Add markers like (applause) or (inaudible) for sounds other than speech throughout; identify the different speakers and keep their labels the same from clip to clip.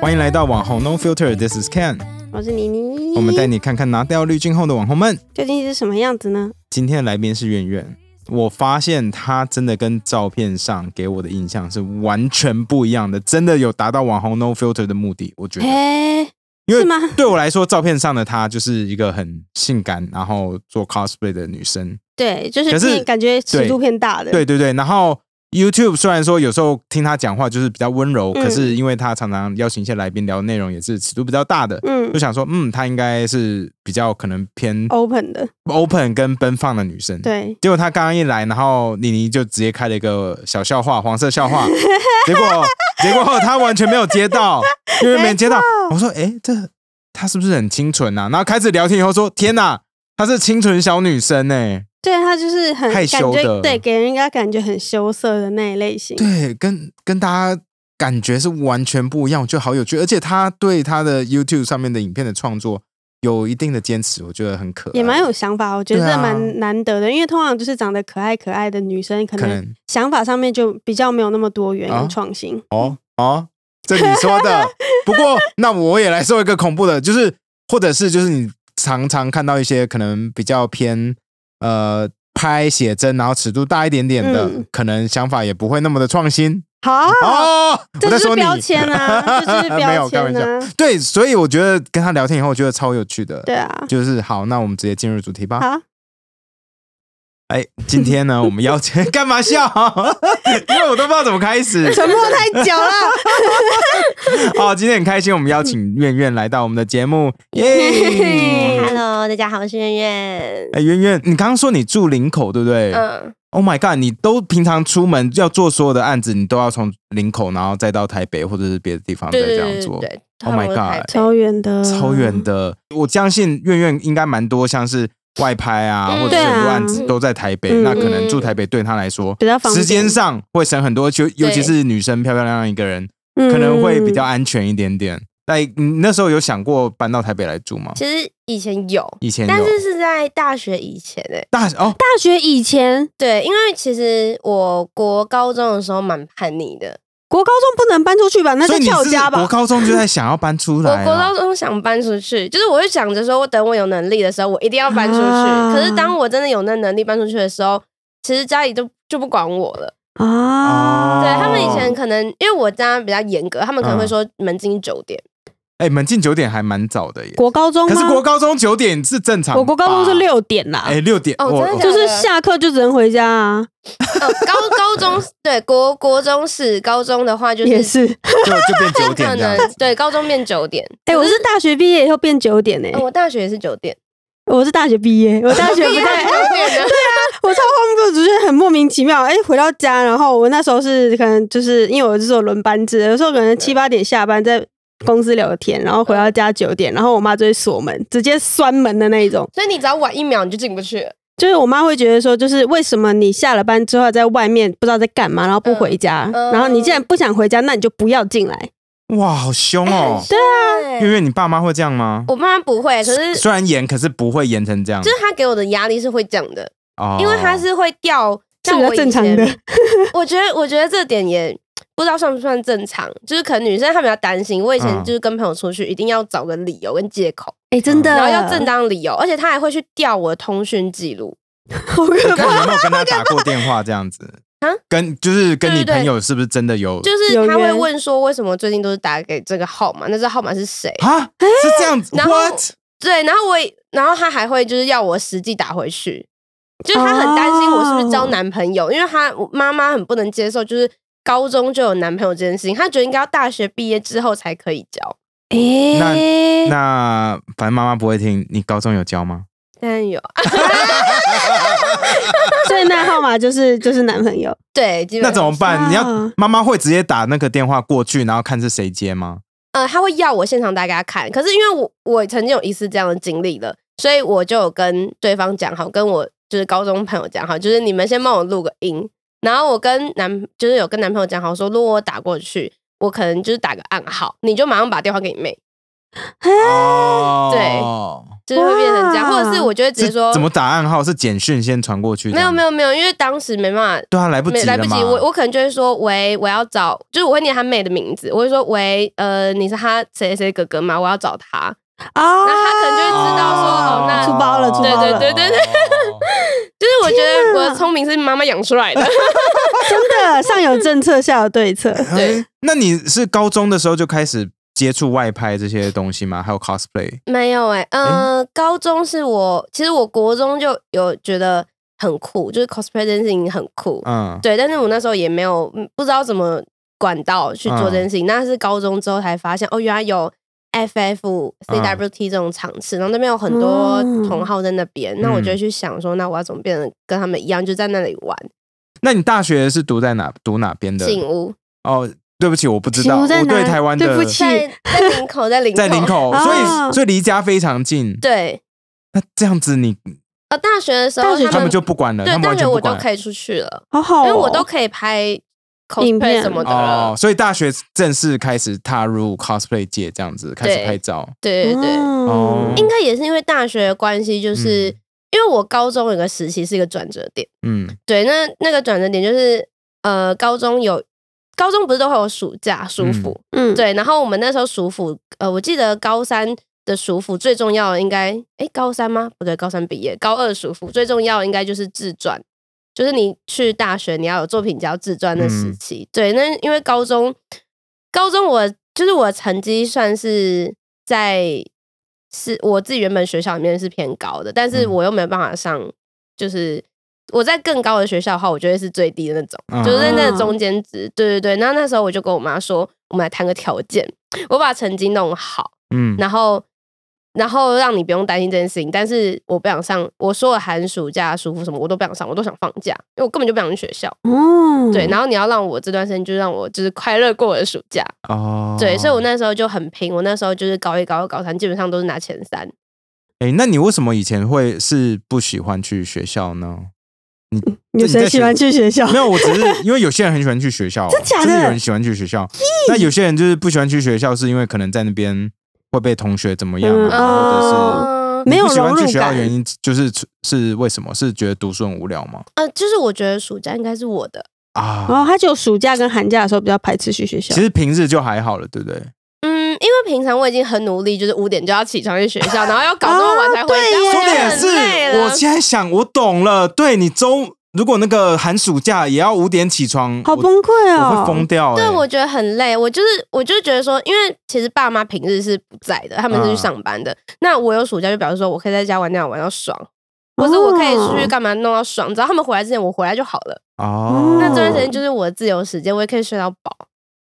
Speaker 1: 欢迎来到网红 No Filter，This is Ken，
Speaker 2: 我是妮妮。
Speaker 1: 我们带你看看拿掉滤镜后的网红们。
Speaker 2: 究竟是什么样子呢？
Speaker 1: 今天的来宾是圆圆，我发现她真的跟照片上给我的印象是完全不一样的，真的有达到网红 No Filter 的目的，我觉得。
Speaker 2: 哎，
Speaker 1: 因为
Speaker 2: 是吗？
Speaker 1: 对我来说，照片上的她就是一个很性感，然后做 cosplay 的女生。
Speaker 2: 对，就是
Speaker 1: 可是
Speaker 2: 偏感觉尺度偏大的。
Speaker 1: 对对对，然后 YouTube 虽然说有时候听她讲话就是比较温柔，
Speaker 2: 嗯
Speaker 1: 可是因为她常常邀请一些来宾聊内容，也是尺度比较大的，
Speaker 2: 嗯
Speaker 1: 就想说，嗯，她应该是比较可能偏
Speaker 2: ，open 的，
Speaker 1: open 跟奔放的女生。。
Speaker 2: 哦对，
Speaker 1: 结果她刚刚一来，然后妮妮就直接开了一个小笑话，黄色笑
Speaker 2: (laughs)
Speaker 1: 话。结果，结果她完全没有接到，因为没接到。我说：“诶，这她是不是很清纯啊？”然后开始聊天以后说：“天哪，她是清纯小女生哎、
Speaker 2: 对他就是很
Speaker 1: 害
Speaker 2: 感
Speaker 1: 羞的
Speaker 2: 觉，对，给人家感觉很羞涩的那一类型。
Speaker 1: 对，跟跟大家感觉是完全不一样，我觉得好有趣。而且她对她的 YouTube 上面的影片的创作有一定的坚持，我觉得很可爱，
Speaker 2: 也蛮有想法，我觉得
Speaker 1: 对啊
Speaker 2: 这蛮难得的，因为通常就是长得可爱可爱的女生，可
Speaker 1: 可
Speaker 2: 能
Speaker 1: 能
Speaker 2: 想法上面就比较没有那么多元
Speaker 1: 啊
Speaker 2: 跟创新。
Speaker 1: 哦哦，这你说
Speaker 2: (laughs)
Speaker 1: 的。不过，那我也来说一个恐怖的，就是或者是就是你常常看到一些可能比较偏呃拍写真，然后尺度大一点点的，
Speaker 2: 嗯
Speaker 1: 可能想法也不会那么的创
Speaker 2: (laughs)
Speaker 1: 新。
Speaker 2: 好，啊
Speaker 1: 哦，我
Speaker 2: 这
Speaker 1: 在
Speaker 2: 就是
Speaker 1: 说你。
Speaker 2: 标签
Speaker 1: (laughs)
Speaker 2: 啊，这就是
Speaker 1: 没
Speaker 2: 标
Speaker 1: 有开玩
Speaker 2: 签
Speaker 1: 笑
Speaker 2: 啊，
Speaker 1: 对，所以我觉得跟他聊天以后，我觉得超有趣的。
Speaker 2: 对啊。
Speaker 1: 就是好，那我们直接进入主题吧。
Speaker 2: 好，
Speaker 1: 哎，今天呢，我们邀请 (laughs) 干嘛笑？因为我都不知道怎么开始。
Speaker 2: 沉默太久了，
Speaker 1: (laughs) 哦，今天很开心，我们邀请苑苑来到我们的节目，
Speaker 3: (laughs)
Speaker 1: 耶！
Speaker 3: Hello，大家好，我是圆圆。
Speaker 1: 哎，圆圆，你刚刚说你住林口，对不对、
Speaker 3: 嗯，
Speaker 1: o h my god！你都平常出门要做所有的案子，你都要从林口，然后再到台北或者是别的地方再
Speaker 3: 对对
Speaker 1: 这
Speaker 3: 对
Speaker 1: 样
Speaker 3: 对
Speaker 1: 做，
Speaker 3: 对
Speaker 1: Oh my
Speaker 3: 通常都是台
Speaker 1: god
Speaker 3: 北
Speaker 2: 超远的，
Speaker 1: 超远的。我相信圆圆应该蛮多，像是外拍啊，
Speaker 3: 嗯
Speaker 1: 或者是很
Speaker 2: 对
Speaker 1: 多
Speaker 2: 啊
Speaker 1: 案子都在台北，
Speaker 2: 嗯
Speaker 1: 那可能住台北对她来说。
Speaker 2: 比较方便，
Speaker 1: 时间上会省很多，尤尤其
Speaker 3: 对
Speaker 1: 是女生漂漂亮亮一个人，
Speaker 2: 嗯
Speaker 1: 可能会比较安全一点点。那你那时候有想过搬到台北来住吗？
Speaker 3: 其实以前有，
Speaker 1: 以前
Speaker 3: 但
Speaker 1: 有
Speaker 3: 是是在大学以前诶、
Speaker 1: 大哦，
Speaker 2: 大学以前，
Speaker 3: 对，因为其实我国高中的时候蛮叛逆的，
Speaker 2: 国高中不能搬出去吧？那
Speaker 1: 所
Speaker 2: 就
Speaker 1: 以你
Speaker 2: 跳
Speaker 1: 是
Speaker 2: 家
Speaker 1: 国
Speaker 2: 吧。
Speaker 1: 高中就在想要搬出
Speaker 3: (laughs) 我
Speaker 1: 来啊
Speaker 3: 国
Speaker 1: 了
Speaker 3: 高中想搬出去，就是我会想着说，我等我有能力的时候，我一定要搬出去。
Speaker 2: 啊
Speaker 3: 可是当我真的有那能力搬出去的时候，其实家里就就不管我了。
Speaker 1: 哦
Speaker 2: 啊，
Speaker 3: 对他们以前可能因为我家比较严格，他们
Speaker 1: 嗯
Speaker 3: 可能会说门禁九点。
Speaker 1: 哎、门禁九点还蛮早的耶。
Speaker 2: 国高中
Speaker 1: 可
Speaker 2: 吗？
Speaker 1: 是国高中九点是正常吧，
Speaker 2: 我国高中是六点啦，
Speaker 1: 哎六点，
Speaker 3: 哦
Speaker 1: 我
Speaker 3: 真的假
Speaker 2: 就
Speaker 3: 的
Speaker 2: 是下课就只能回家啊，
Speaker 3: 呃，高高中对国国中是高中的话，就是
Speaker 2: 也是。
Speaker 1: 就就变九
Speaker 3: (laughs) 可
Speaker 1: 点这
Speaker 3: 能
Speaker 1: 样子。
Speaker 3: 对高中变九点。
Speaker 2: 哎，我是大学毕业以后变九点呢
Speaker 3: 呃，我大学也是九点，
Speaker 2: 我是大学毕 (laughs) 业，我大学不
Speaker 3: 九
Speaker 2: 在，
Speaker 3: 点的。
Speaker 2: 我超荒谬，只是很莫名其妙。哎，回到家，然后我那时候是可能就是因为我是做轮班制，有时候可能七八点下班在。公司聊天，然后回到家九点，然后我妈就会锁门，直接栓门的那一种。
Speaker 3: 所以你只要晚一秒你就进不去了。
Speaker 2: 就是我妈会觉得说，就是为什么你下了班之后在外面不知道在干嘛，然后不回家，
Speaker 3: 嗯嗯
Speaker 2: 然后你既然不想回家，那你就不要进来。
Speaker 1: 哇，好凶哦！
Speaker 3: 对
Speaker 1: 月
Speaker 3: 啊，
Speaker 1: 月，你爸妈会这样吗？
Speaker 3: 我妈不会，可是
Speaker 1: 虽然严，可是不会严成这样
Speaker 3: 就是她给我的压力是会这样的，
Speaker 1: 哦，
Speaker 3: 因为她是会掉。
Speaker 2: 这
Speaker 3: 像
Speaker 2: 比较
Speaker 3: 我以
Speaker 2: 正常
Speaker 3: 前
Speaker 2: 的。
Speaker 3: 我觉得，我觉得这点也不知道算不算正常，就是可能女生她比较担心。我以
Speaker 1: 嗯
Speaker 3: 前就是跟朋友出去，一定要找个理由跟借口，
Speaker 2: (laughs) 哎、真的，
Speaker 3: 然后要正当理由，而且她还会去调我的通讯记录。
Speaker 2: (laughs) 好可
Speaker 1: 你看
Speaker 2: 怕。
Speaker 1: 你有没有跟他打过电话这样子
Speaker 3: (laughs) 啊？
Speaker 1: 跟就是跟你
Speaker 3: 对对对
Speaker 1: 朋友是不是真的有？
Speaker 3: 就是
Speaker 2: 有
Speaker 3: 他会
Speaker 2: 缘
Speaker 3: 问说为什么最近都是打给这个号码，那这号码是谁？
Speaker 1: 啊，是这样子
Speaker 3: 然后
Speaker 1: ？What？
Speaker 3: 对，然后我也，然后他还会就是要我实际打回去，就是他很担心我是不是
Speaker 2: 哦
Speaker 3: 交男朋友，因为他我妈妈很不能接受，就是高中就有男朋友这件事情，她觉得应该要大学毕业之后才可以交。
Speaker 2: 哎、
Speaker 3: 哎
Speaker 1: 那反正妈妈不会听。你高中有教吗？
Speaker 3: 但有啊，
Speaker 2: 所以那号码就是就是男朋友，
Speaker 3: 对，基本
Speaker 1: 那
Speaker 3: 上
Speaker 1: 怎么办？
Speaker 2: 啊
Speaker 1: 你
Speaker 3: 嗯
Speaker 1: 要妈妈会直接打那个电话过去，然后看是谁接吗？
Speaker 3: 呃，他会要我现场打给他看，可是因为我我曾经有一次这样的经历了，所以我就有跟对方讲好，跟我就是高中朋友讲好，就是你们先帮我录个音，然后我跟男就是有跟男朋友讲好说，如果我打过去，我可能就是打个暗号，你就马上把电话给你妹，
Speaker 1: 哦，
Speaker 3: 就是会变成这样，
Speaker 2: 哇
Speaker 3: 或者是我就会直接说
Speaker 1: 是怎么打暗号？是简讯先传过去？
Speaker 3: 没有没
Speaker 1: 有，
Speaker 3: 有没有，因为当时没办法。
Speaker 1: 对啊，来不及
Speaker 3: 没
Speaker 1: 了
Speaker 3: 来不及，
Speaker 1: 嘛
Speaker 3: 我我可能就会说喂，我要找，就是我会念他妹的名字，我会说喂，呃，你是他谁谁谁哥哥吗？我要找他，
Speaker 2: 啊，
Speaker 3: 那他可能就会知道说哦那
Speaker 2: 出包了，出包了，
Speaker 3: 对对对对
Speaker 1: 哦
Speaker 3: 就是我觉得我的聪明是妈妈养出来的，
Speaker 2: (laughs) 真的上有政策，下有对策。
Speaker 3: 对
Speaker 1: 哎那你是高中的时候就开始接触外拍这些东西吗？还有 cosplay？
Speaker 3: (laughs) 没有哎、嗯、高中是我，其实我国中就有觉得很酷，就是 cosplay 这件事情很酷，
Speaker 1: 嗯，
Speaker 3: 对，但是我那时候也没有嗯不知道怎么管道去
Speaker 1: 啊
Speaker 3: 做这件事情，那是高中之后才发现，哦，原来有 FF、CWT
Speaker 1: 啊
Speaker 3: 这种场次，然后那边有很多
Speaker 2: 嗯
Speaker 3: 同好在那边，
Speaker 1: 嗯
Speaker 3: 那我就会去想说，那我要怎么变得跟他们一样，就在那里玩
Speaker 1: 那你大学是读在哪？读哪边的？
Speaker 3: 进屋，
Speaker 1: 哦，对不起，我不知道，
Speaker 2: 请
Speaker 1: 我
Speaker 2: 问在哪
Speaker 1: 对台湾的
Speaker 2: 对不起
Speaker 3: 在在林口，在林口，
Speaker 1: 在林口，
Speaker 2: 哦
Speaker 1: 所以所以离家非常近。
Speaker 3: 啊对，
Speaker 1: 那这样子你
Speaker 3: 呃，大学的时候
Speaker 2: 大学
Speaker 3: 他
Speaker 1: 他
Speaker 3: 们
Speaker 1: 们就不管了，
Speaker 3: 对
Speaker 1: 他们
Speaker 3: 大
Speaker 1: 完
Speaker 3: 学
Speaker 1: 全
Speaker 3: 我
Speaker 1: 不
Speaker 3: 都
Speaker 1: 管。
Speaker 3: 可以出去了，
Speaker 2: 好好哦，
Speaker 3: 因为我都可以拍
Speaker 2: 影
Speaker 3: cosplay
Speaker 2: 片
Speaker 3: 什么的
Speaker 1: 哦
Speaker 3: 了，，
Speaker 1: 所以大学正式开始踏入 cosplay 界，这样子开始
Speaker 3: 对
Speaker 1: 拍照。
Speaker 3: 对对对。
Speaker 1: 哦
Speaker 3: 应该也是因为大学的关系，就是、
Speaker 1: 嗯
Speaker 3: 因为我高中有个时期是一个转折点。
Speaker 1: 嗯
Speaker 3: 对，那那个转折点就是呃，高中有高中不是都会有暑假暑辅、
Speaker 2: 嗯，
Speaker 3: 对，然后我们那时候暑辅，呃，我记得高三的暑辅最重要的应该，诶，高三吗？不对，高三毕业，高二暑辅最重要的应该就是自传，就是你去大学你要有作品集要自传的时期。对，那因为高中，高中我就是我成绩算是在是我自己原本学校里面是偏高的，但是
Speaker 1: 嗯
Speaker 3: 我又没有办法上，就是。我在更高的学校的话，我觉得是最低的那种。
Speaker 1: 嗯
Speaker 3: 就是在那个中间值。对对对，然后那时候我就跟我妈说，我们来谈个条件，我把成绩弄好，
Speaker 1: 嗯，
Speaker 3: 然后然后让你不用担心这件事情。但是我不想上，我所有寒暑假、暑伏什么我都不想上，我都想放假，因为我根本就不想去学校。
Speaker 2: 哦，
Speaker 1: 嗯
Speaker 3: 对，然后你要让我这段时间就让我就是快乐过我的暑假。
Speaker 1: 哦，
Speaker 3: 对，所以我那时候就很拼，我那时候就是高一、高二、高三基本上都是拿前三。
Speaker 1: 哎，那你为什么以前会是不喜欢去学校
Speaker 3: (laughs)
Speaker 1: 呢？你
Speaker 2: 有谁喜欢？去学校
Speaker 1: 这你在学没？有，我只是因为有些人很喜欢去学校，啊
Speaker 2: 真假的
Speaker 1: 就是有人喜欢去学校，那有些人就是不喜欢去学校，是因为可能在那边会被同学怎么样
Speaker 2: 嗯
Speaker 1: 啊，或者是
Speaker 2: 哦
Speaker 3: 嗯，
Speaker 2: 没有
Speaker 1: 你不喜欢
Speaker 2: 融
Speaker 1: 去
Speaker 2: 入
Speaker 1: 学校的
Speaker 2: 感
Speaker 1: 原因就是是为什么？是觉得读书很无聊吗？
Speaker 3: 呃，就是我觉得暑假应该是我的，
Speaker 1: 啊，
Speaker 2: 哦，他只有暑假跟寒假的时候比较排斥去学校
Speaker 1: 其。实平日就还好了，对不对？
Speaker 3: 嗯，因为平常我已经很努力，就是五点就要起床去学校，然后要搞这么晚才回
Speaker 2: 啊对耶
Speaker 3: 家，
Speaker 1: 说
Speaker 3: 我
Speaker 1: 的
Speaker 3: 觉得
Speaker 1: 也
Speaker 3: 很
Speaker 1: 是
Speaker 3: 累，
Speaker 1: 我
Speaker 3: 了。
Speaker 1: 现在想，我懂了。对你周如果那个寒暑假也要五点起床，
Speaker 2: 好
Speaker 1: 我
Speaker 2: 崩溃
Speaker 1: 我
Speaker 2: 哦！
Speaker 1: 会疯掉、欸。
Speaker 3: 对，我觉得很累。我就是，我就是觉得说，因为其实爸妈平日是不在的，他们是去上班的。那我有暑假，就表示说我可以在家玩电脑玩到爽，或者我可以
Speaker 2: 哦
Speaker 3: 出去干嘛弄到爽。只要他们回来之前，我回来就好了。
Speaker 2: 嗯
Speaker 1: 哦，
Speaker 3: 那这段时间就是我的自由时间，我也可以睡到饱。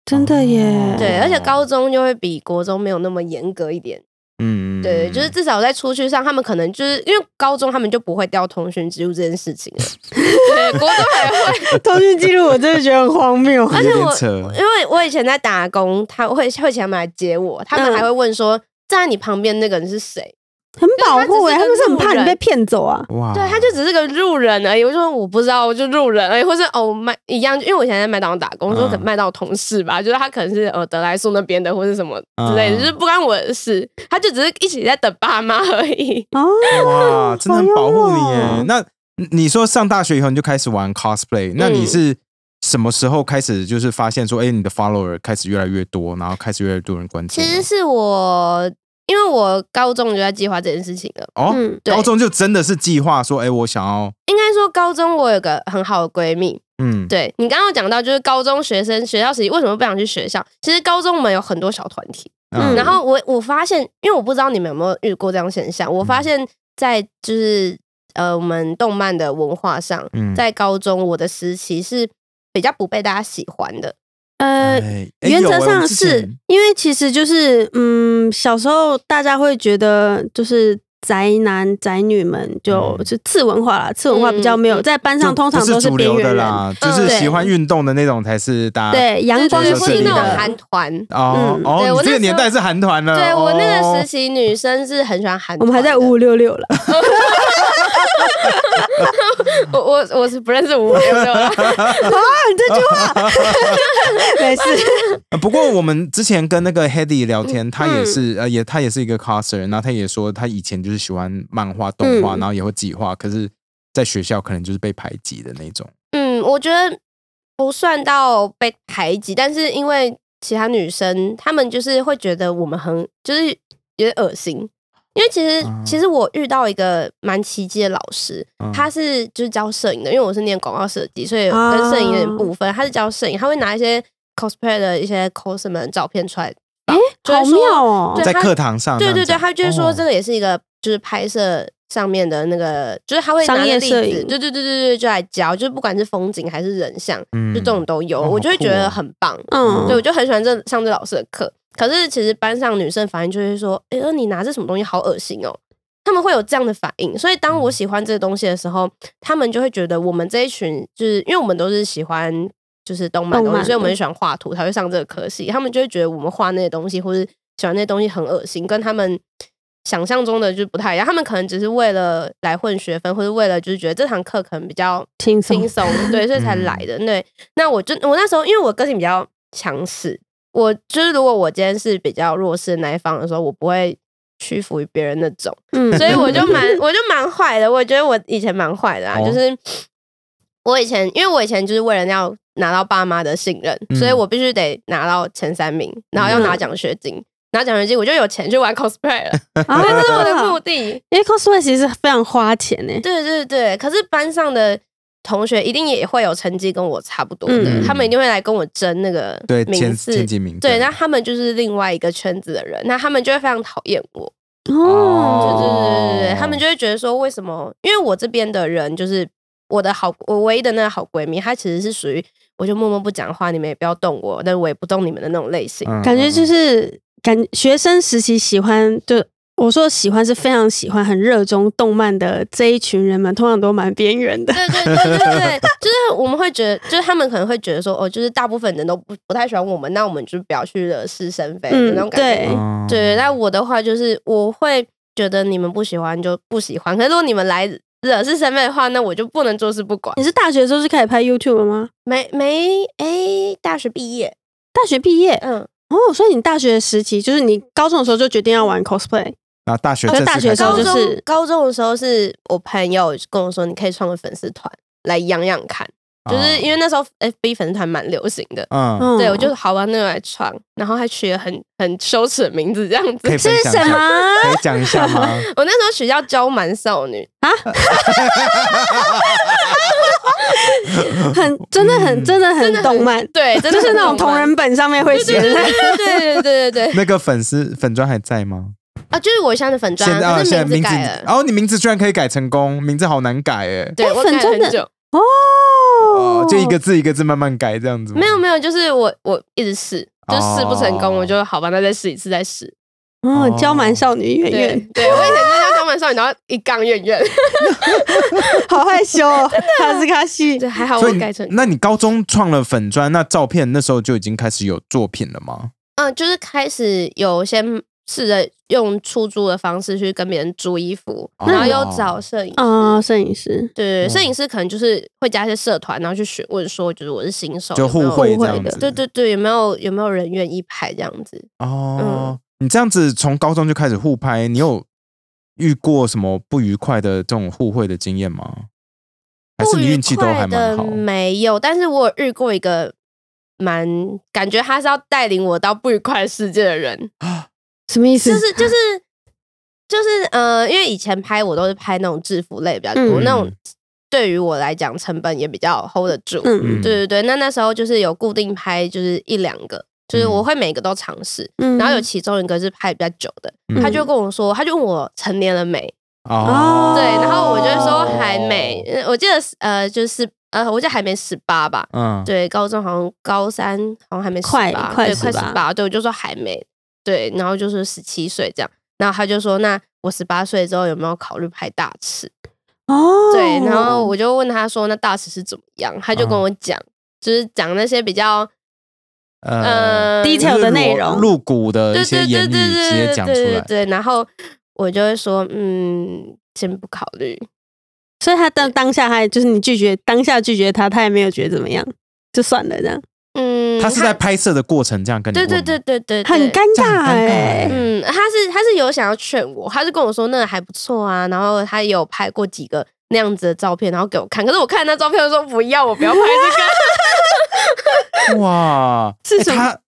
Speaker 2: 真的耶，
Speaker 1: 嗯
Speaker 3: 对，而且高中就会比国中没有那么严格一点。
Speaker 1: 嗯，嗯
Speaker 3: 对，就是至少在出去上，他们可能就是因为高中他们就不会掉通讯记录这件事情了。对， (laughs) 国中还会。
Speaker 2: (laughs) 通讯记录我真的觉得很荒 (laughs) 谬。
Speaker 3: 而
Speaker 1: 嗯
Speaker 3: 且
Speaker 1: 有点
Speaker 3: 我
Speaker 1: 扯
Speaker 3: (laughs) 因为我以前在打工，他会会请他们来接我，他们
Speaker 2: 嗯
Speaker 3: 还会问说、站在你旁边那个人是谁？
Speaker 2: 很保护哎、
Speaker 3: 就
Speaker 2: 他
Speaker 3: 是他只
Speaker 2: 们是
Speaker 3: 是
Speaker 2: 很怕
Speaker 3: 路人
Speaker 2: 你被骗走啊。
Speaker 1: 哇，
Speaker 3: 对，他就只是个路人而已。我就说我不知道，我就路人而已，或是哦我麦一样，因为我以前在麦当劳打工，说可能麦当劳同事吧，就是他可能是呃德莱素那边的，或是什么之类的，
Speaker 1: 嗯
Speaker 3: 就是不关我的事。他就只是一起在等爸妈而已。
Speaker 2: 哦， (laughs)
Speaker 1: 哇，真的很保护你
Speaker 2: 好
Speaker 1: 耶
Speaker 2: 幽默。哦
Speaker 1: 那你说上大学以后你就开始玩 cosplay，那
Speaker 3: 嗯
Speaker 1: 你是什么时候开始就是发现说，哎、你的 follower 开始越来越多，然后开始越来越多人关注
Speaker 3: 其
Speaker 1: 呢？
Speaker 3: 实是我，因为我高中就在计划这件事情了。
Speaker 1: 哦，
Speaker 2: 嗯，
Speaker 3: 对
Speaker 1: 高中就真的是计划说，哎、我想要，
Speaker 3: 应该说高中我有个很好的闺蜜，
Speaker 1: 嗯，
Speaker 3: 对你刚刚有讲到，就是高中学生学校时期为什么不想去学校？其实高中我们有很多小团体，
Speaker 2: 嗯
Speaker 3: 然后我我发现，因为我不知道你们有没有遇过这样现象，我
Speaker 1: 嗯
Speaker 3: 发现在就是呃我们动漫的文化上，
Speaker 1: 嗯
Speaker 3: 在高中我的时期是比较不被大家喜欢的，
Speaker 2: 呃，
Speaker 1: 哎哎
Speaker 2: 原
Speaker 1: 有
Speaker 2: 则
Speaker 1: 哎我
Speaker 2: 上
Speaker 1: 之
Speaker 2: 是、
Speaker 1: 前
Speaker 2: 因为其实就是嗯，小时候大家会觉得就是。宅男宅女们就
Speaker 1: 嗯
Speaker 2: 是次文化啦，次文化比较没有
Speaker 3: 嗯
Speaker 2: 在班上，通常
Speaker 1: 不是
Speaker 2: 都是
Speaker 1: 主
Speaker 2: 边
Speaker 1: 流
Speaker 2: 缘
Speaker 1: 的
Speaker 2: 人，
Speaker 1: 啦，就是喜欢运动的那种才是大家
Speaker 2: 对阳光
Speaker 3: 就是
Speaker 1: 是
Speaker 3: 或
Speaker 1: 是
Speaker 3: 是那种
Speaker 1: 的
Speaker 3: 韩团。
Speaker 1: 哦
Speaker 2: 嗯
Speaker 1: 哦
Speaker 3: 对，我
Speaker 1: 你这个
Speaker 3: 那时候
Speaker 1: 年代是韩团了，
Speaker 3: 对我那
Speaker 1: 哦
Speaker 3: 个时
Speaker 1: 期，
Speaker 2: (laughs)
Speaker 3: 期，女生是很喜欢韩团
Speaker 2: 我
Speaker 3: 的，
Speaker 2: 们还在五五六六了，
Speaker 3: (laughs) 我我我是不认识五五六
Speaker 1: (laughs)
Speaker 3: 六啦， (laughs) 啊
Speaker 2: 这句话没事，
Speaker 1: 呃不过我们之前跟那个 Hedy
Speaker 3: 嗯
Speaker 1: 聊天，他也是呃也他也是一个 coser，然后他也说他以前就是喜欢漫画、动画，
Speaker 2: 嗯
Speaker 1: 然后也会计划，可是在学校可能就是被排挤的那种。
Speaker 3: 嗯，我觉得不算到被排挤，但是因为其他女生，她们就是会觉得我们很就是有点恶心。因为其实、
Speaker 1: 嗯
Speaker 3: 其实我遇到一个蛮奇迹的老师，
Speaker 1: 嗯
Speaker 3: 他是就是教摄影的，因为我是念广告设计，所以
Speaker 2: 啊
Speaker 3: 跟摄影有点部分。他是教摄影，他会拿一些 cosplay 的一些 coser 们的照片出来，就
Speaker 2: 好
Speaker 3: 是说
Speaker 2: 妙哦
Speaker 3: 对！
Speaker 1: 在
Speaker 3: 他
Speaker 1: 课堂啊上这
Speaker 3: 对
Speaker 1: 样
Speaker 3: 对对，
Speaker 1: 讲，
Speaker 3: 他就是说这
Speaker 1: 哦
Speaker 3: 个也是一个就是拍摄上面的那个，就是他会拿
Speaker 2: 商业
Speaker 3: 着例
Speaker 2: 摄
Speaker 3: 子
Speaker 2: 影
Speaker 3: 对对对对对，就来教，就是不管是风景还是人像，
Speaker 1: 嗯
Speaker 3: 就这种都有，
Speaker 1: 哦
Speaker 3: 我就会觉
Speaker 1: 好酷哦
Speaker 3: 得很棒。
Speaker 2: 嗯，
Speaker 3: 对，我就很喜欢这上这老师的课。可是其实班上女生反应就会说：“哎、呃你拿这什么东西好恶心哦。”他们会有这样的反应，所以当
Speaker 2: 嗯
Speaker 3: 我喜欢这个东西的时候，他们就会觉得我们这一群就是因为我们都是喜欢就是动漫的
Speaker 2: 动
Speaker 3: 东
Speaker 2: 漫
Speaker 3: 西，所以我们
Speaker 2: 的
Speaker 3: 喜欢画图才会上这个科系。他们就会觉得我们画那些东西或是喜欢那些东西很恶心，跟他们想象中的就不太一样。他们可能只是为了来混学分，或者为了就是觉得这堂课可能比较
Speaker 2: 轻松
Speaker 3: 轻松，对，所以才来的。对，那我就我那时候，因为我个性比较强势，我就是如果我今天是比较弱势的那一方的时候，我不会屈服于别人那种，
Speaker 2: 嗯
Speaker 3: 所以我就蛮我就蛮坏的。我觉得我以前蛮坏的啊，
Speaker 1: 哦
Speaker 3: 就是我以前，因为我以前就是为了要拿到爸妈的信任，
Speaker 1: 嗯
Speaker 3: 所以我必须得拿到前三名，然后要拿奖学金。拿奖学金，我就有钱去玩 cosplay 了，
Speaker 2: (laughs) (laughs) 啊，
Speaker 3: 这是我的目的。
Speaker 2: 因为 cosplay 其实非常花钱欸呢。
Speaker 3: 对对对，可是班上的同学一定也会有成绩跟我差不多的，
Speaker 2: 嗯
Speaker 3: 他们一定会来跟我争那个
Speaker 1: 对
Speaker 3: 名
Speaker 1: 前
Speaker 3: 次
Speaker 1: 前。几名
Speaker 3: 对，那他们就是另外一个圈子的人，那他们就会非常讨厌我。对对
Speaker 1: 哦
Speaker 3: 对对对对，他们就会觉得说，为什么？因为我这边的人就是我的好，我唯一的那个好闺蜜，她其实是属于我就默默不讲话，你们也不要动我，但我也不动你们的那种类型。
Speaker 1: 嗯
Speaker 2: 感觉
Speaker 1: 嗯
Speaker 2: 就
Speaker 1: 嗯
Speaker 2: 是感学生时期喜欢，就我说的喜欢是非常喜欢、很热衷动漫的这一群人们，通常都蛮边缘的。
Speaker 3: 对对对对对， (laughs) 就是我们会觉得，就是他们可能会觉得说，哦，就是大部分人都不不太喜欢我们，那我们就不要去惹是生非的
Speaker 2: 嗯
Speaker 3: 那种感觉。
Speaker 2: 对
Speaker 1: 哦
Speaker 3: 对，那我的话就是我会觉得你们不喜欢就不喜欢，可是如果你们来惹是生非的话，那我就不能坐视不管
Speaker 2: 你。是大学的时候就开始拍 YouTube 了吗？
Speaker 3: 没没哎，大学毕业，
Speaker 2: 大学毕业
Speaker 3: 嗯，
Speaker 2: 哦，所以你大学时期就是你高中的时候就决定要玩 cosplay，
Speaker 1: 然后大学
Speaker 2: 就
Speaker 1: 正
Speaker 2: 大
Speaker 1: 式
Speaker 2: 学
Speaker 1: 开
Speaker 2: 的时
Speaker 1: 始
Speaker 2: 候
Speaker 3: 高
Speaker 2: 就
Speaker 3: 中
Speaker 2: 是
Speaker 3: 高中的时候是我朋友跟我说，你可以创个粉丝团来养养看，就是
Speaker 1: 哦
Speaker 3: 因为那时候 FB 粉丝团蛮流行的。
Speaker 1: 嗯，
Speaker 2: 嗯，
Speaker 3: 对，我就好吧，那个来创，然后还取了很很羞耻的名字这样子
Speaker 1: 可以。分
Speaker 2: 是
Speaker 1: 享一
Speaker 2: 什
Speaker 1: 下，
Speaker 2: 么？
Speaker 1: 可以讲一下吗？
Speaker 3: (laughs) 我那时候取叫“娇蛮少女
Speaker 2: 很真的很真的很动漫”，，
Speaker 1: (laughs)
Speaker 3: 对，真的
Speaker 2: 就是那种
Speaker 3: 同
Speaker 2: 同人本上面会
Speaker 3: 对
Speaker 2: 写 (laughs)
Speaker 3: 对
Speaker 2: 的。
Speaker 3: 对对对对对对
Speaker 1: 那个粉丝粉砖还在吗？
Speaker 3: 啊！就是我现在的粉
Speaker 1: 现
Speaker 3: 砖
Speaker 1: 在，啊
Speaker 3: 可
Speaker 1: 现在
Speaker 3: 是名
Speaker 1: 名字
Speaker 3: 字改了，
Speaker 1: 哦，你名字居然可以改成功，名字好难改哎。
Speaker 3: 对
Speaker 2: 哎
Speaker 3: 我
Speaker 2: 粉
Speaker 3: 改了
Speaker 2: 专的
Speaker 3: 很久。
Speaker 1: 哦
Speaker 2: 哦，
Speaker 1: 就一个字一个字慢慢改这样子吗，
Speaker 3: 没有没有，就是我我一直试，就试不成功，
Speaker 1: 哦
Speaker 3: 我就好吧，那再试一次再试。
Speaker 2: 哦，娇蛮少女
Speaker 1: 哎
Speaker 2: 圆
Speaker 3: 对
Speaker 2: 圆，
Speaker 3: 对，我以前就是叫娇蛮少女，然后一杠
Speaker 1: (laughs)
Speaker 3: 远远。
Speaker 2: 好害羞
Speaker 3: (laughs)
Speaker 2: 哦，卡斯卡西。
Speaker 3: 对，还好
Speaker 1: 所以
Speaker 3: 我
Speaker 1: 你
Speaker 3: 改成，
Speaker 1: 那你高中创了粉砖，那照片那时候就已经开始有作品了吗？
Speaker 3: 嗯，就是开始有先试着用出租的方式去跟别人租衣服，
Speaker 1: 哦
Speaker 3: 然后又找摄影师
Speaker 2: 啊，摄影师，
Speaker 3: 对，
Speaker 1: 嗯
Speaker 3: 摄影师可能就是会加一些社团，然后去询问说，就是我是新手，
Speaker 1: 就
Speaker 3: 有没
Speaker 1: 互
Speaker 3: 有
Speaker 1: 惠
Speaker 2: 互
Speaker 1: 这
Speaker 2: 惠
Speaker 1: 样
Speaker 2: 的
Speaker 1: 子，
Speaker 3: 对对对，有没有有没有人愿意拍这样子？
Speaker 1: 哦，
Speaker 3: 嗯
Speaker 1: 你这样子从高中就开始互拍，你有遇过什么不愉快的这种互惠的经验吗？还是你运气都还蛮
Speaker 3: 不愉
Speaker 1: 好
Speaker 3: 快的？没有，但是我有遇过一个蛮感觉他是要带领我到不愉快的世界
Speaker 1: (laughs)
Speaker 3: 的人，
Speaker 2: 什么意思
Speaker 3: 就？是就是就是呃，因为以前拍我都是拍那种制服类比较多，
Speaker 2: 嗯
Speaker 3: 那种对于我来讲成本也比较 hold 得住，
Speaker 2: 嗯
Speaker 1: 嗯
Speaker 3: 对对对，那那时候就是有固定拍，就是一两个，就是
Speaker 1: 嗯
Speaker 3: 我会每个都尝试，
Speaker 2: 嗯
Speaker 3: 然后有其中一个是拍比较久的，
Speaker 1: 嗯
Speaker 3: 他就跟我说，他就问我成年了没，
Speaker 1: 哦，
Speaker 3: 对，然后我就说还没，呃我记得是呃就是呃，我记得还没十八吧，
Speaker 1: 嗯，
Speaker 3: 对，高中好像高三好像还没
Speaker 2: 快
Speaker 3: 18
Speaker 2: 快
Speaker 3: 对，快十
Speaker 2: 18
Speaker 3: 八，对，我就说还没，对，然后就是十七岁这样，然后他就说那我十八岁之后有没有考虑拍大尺？
Speaker 2: 哦，
Speaker 3: 对，然后我就问他说那大尺是怎么样，他就跟我讲，就是讲那些比较
Speaker 1: 嗯
Speaker 3: 呃
Speaker 2: detail 的内容
Speaker 1: 露骨的一些言语直接讲出
Speaker 3: 对
Speaker 1: 来
Speaker 3: 对，然后我就会说，嗯，先不考虑，
Speaker 2: 所以他当当下他也就是你拒绝当下拒绝他，他也没有觉得怎么样，就算了这样，
Speaker 3: 嗯，
Speaker 1: 他是在拍摄的过程这样跟你
Speaker 3: 对
Speaker 1: 问吗
Speaker 3: 对对对对，对
Speaker 2: 很尴
Speaker 1: 这样
Speaker 2: 尬
Speaker 1: 很尴尬
Speaker 2: 哎、
Speaker 1: 欸
Speaker 3: 嗯，他是他是有想要劝我，他是跟我说那个还不错啊，然后他也有拍过几个那样子的照片，然后给我看。可是我看那照片，我说不要，我不要拍这个。
Speaker 1: 哇，
Speaker 2: 是
Speaker 1: 欸
Speaker 2: 什么
Speaker 1: 他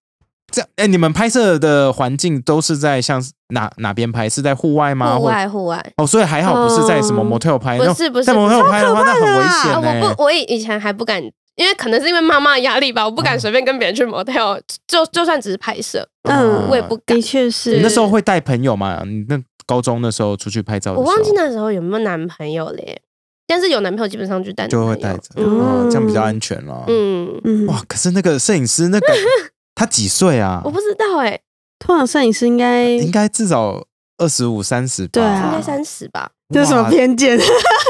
Speaker 1: 这样哎、欸你们拍摄的环境都是在像是哪哪边拍？是在户外 (laughs) 吗？
Speaker 3: 户
Speaker 1: 或
Speaker 3: 外户外
Speaker 1: 哦，所以还好不是在什么
Speaker 2: 嗯
Speaker 1: motel 拍，
Speaker 3: 不
Speaker 1: 哎那
Speaker 3: 是不是
Speaker 1: 在 motel 拍的话那很危
Speaker 3: 啊，
Speaker 1: 险欸呢、
Speaker 3: 我不，我以以前还不敢，因为可能是因为妈妈的压力吧，我不
Speaker 1: 哦
Speaker 3: 敢随便跟别人去 motel，就就算只是拍摄，
Speaker 1: 哦
Speaker 2: 嗯
Speaker 3: 我也不敢
Speaker 2: 的。确
Speaker 1: 你
Speaker 2: 是
Speaker 1: 那时候会带朋友吗？你那高中的时候出去拍照的
Speaker 3: 我
Speaker 1: 时候，
Speaker 3: 忘记那时候有没有男朋友嘞，但是有男朋友基本上就带男
Speaker 1: 就
Speaker 3: 朋
Speaker 1: 会
Speaker 3: 友
Speaker 1: 带着，
Speaker 3: 嗯
Speaker 1: 哦，这样比较安全了。
Speaker 3: 嗯，
Speaker 2: 嗯，
Speaker 1: 哇，可是那个摄影师
Speaker 3: (laughs)
Speaker 1: 那个他几岁啊
Speaker 3: 我？不知道哎，
Speaker 2: 通常摄影师应该
Speaker 1: 应该至少二十五三十吧，
Speaker 2: 对啊
Speaker 3: 应该三十吧。
Speaker 2: 这有什么
Speaker 1: 哇
Speaker 2: 偏见 (laughs)
Speaker 1: 不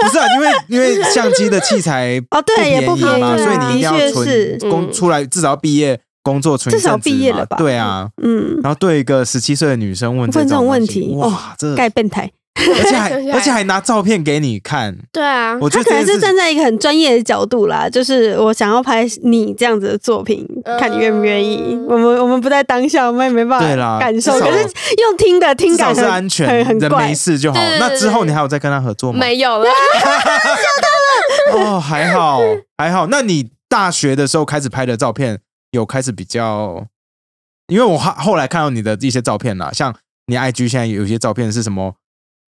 Speaker 1: 是啊，因为因为相机的器材
Speaker 2: 哦对
Speaker 1: 便
Speaker 2: 也不啊
Speaker 1: 宜嘛，
Speaker 3: 便宜
Speaker 1: 所以你一定
Speaker 2: 的确
Speaker 1: 要
Speaker 2: 是
Speaker 1: 存工
Speaker 3: 嗯
Speaker 1: 出来，至少要毕业工作存一
Speaker 2: 至少
Speaker 1: 阵子
Speaker 2: 毕业
Speaker 1: 嘛
Speaker 2: 了吧
Speaker 1: 对啊，
Speaker 2: 嗯，
Speaker 1: 然后对一个十七岁的女生问
Speaker 2: 问这种
Speaker 1: 种
Speaker 2: 问
Speaker 1: 东
Speaker 2: 题
Speaker 1: 西，
Speaker 2: 哦
Speaker 1: 哇，这
Speaker 2: 盖变态，
Speaker 1: 而
Speaker 3: (laughs)
Speaker 1: 且还
Speaker 3: 想起来
Speaker 1: 而且还拿照片给你看，
Speaker 3: 对啊，
Speaker 1: 我觉
Speaker 2: 他
Speaker 1: 得
Speaker 2: 可能
Speaker 1: 这
Speaker 2: 是
Speaker 1: 件
Speaker 2: 站
Speaker 1: 事
Speaker 2: 在一个很专业的角度啦，就是我想要拍你这样子的作品，
Speaker 3: 嗯
Speaker 2: 看你愿不愿意。我们我们不在当下，我们也没办
Speaker 1: 对
Speaker 2: 法
Speaker 1: 啦
Speaker 2: 感受，
Speaker 1: 至少
Speaker 2: 可是用听的听
Speaker 1: 至
Speaker 2: 感
Speaker 1: 少是
Speaker 2: 很
Speaker 1: 安全，
Speaker 2: 很很
Speaker 1: 人
Speaker 2: 怪
Speaker 1: 没。事就好
Speaker 3: 对对。对
Speaker 1: 那之后你还有再跟他合作吗？
Speaker 3: 没有了。
Speaker 1: 哦，还好还好。那你大学的时候开始拍的照片，有开始比较？因为我后后来看到你的一些照片啦，像你 IG 现在有一些照片是什么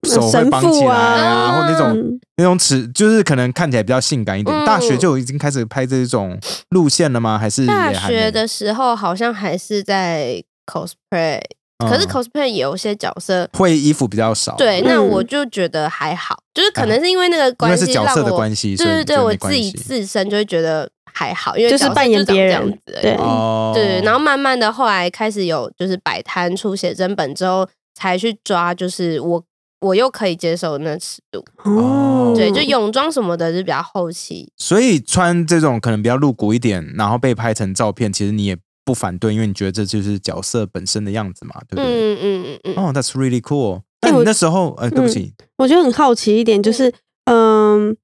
Speaker 1: 手会绑起来
Speaker 2: 神
Speaker 1: 啊，
Speaker 3: 父啊
Speaker 1: 或那种
Speaker 2: 嗯，
Speaker 1: 那种尺，就是可能看起来比较性感一点。
Speaker 3: 嗯
Speaker 1: 大学就已经开始拍这种路线了吗？还是也
Speaker 3: 大
Speaker 1: 还没
Speaker 3: 学的时候好像还是在 cosplay，、
Speaker 1: 嗯
Speaker 3: 可是 cosplay 有些角色，
Speaker 1: 会衣服比较少，
Speaker 3: 对，
Speaker 1: 因
Speaker 3: 那
Speaker 2: 嗯
Speaker 3: 我就觉得还好，就是可能是因为那个
Speaker 1: 嗯为
Speaker 3: 关
Speaker 1: 是
Speaker 3: 系
Speaker 1: 角
Speaker 3: 让
Speaker 1: 色的
Speaker 3: 我，
Speaker 1: 关系，
Speaker 3: 对
Speaker 1: 所以
Speaker 3: 对对，
Speaker 1: 就
Speaker 3: 我
Speaker 1: 没
Speaker 3: 自
Speaker 1: 关
Speaker 3: 己
Speaker 1: 系
Speaker 3: 自身就会觉得还好，因为
Speaker 2: 就是
Speaker 3: 角色
Speaker 2: 扮演
Speaker 3: 长
Speaker 2: 别人
Speaker 3: 这样子而已，
Speaker 2: 对
Speaker 1: 哦，
Speaker 3: 对，然后慢慢的后来开始有就是摆摊出写真本之后，才去抓就是我。我又可以接受的那尺度，
Speaker 1: 哦
Speaker 3: 对，就泳装什么的是比较后期，
Speaker 1: 所以穿这种可能比较露骨一点，然后被拍成照片，其实你也不反对，因为你觉得这就是角色本身的样子嘛，对不对？
Speaker 3: 嗯嗯嗯嗯，
Speaker 1: 哦、t h a t s really cool。
Speaker 2: 哎
Speaker 1: 那你
Speaker 2: 我
Speaker 1: 那时候，呃，对不起，
Speaker 2: 我觉得很好奇一点，就是嗯。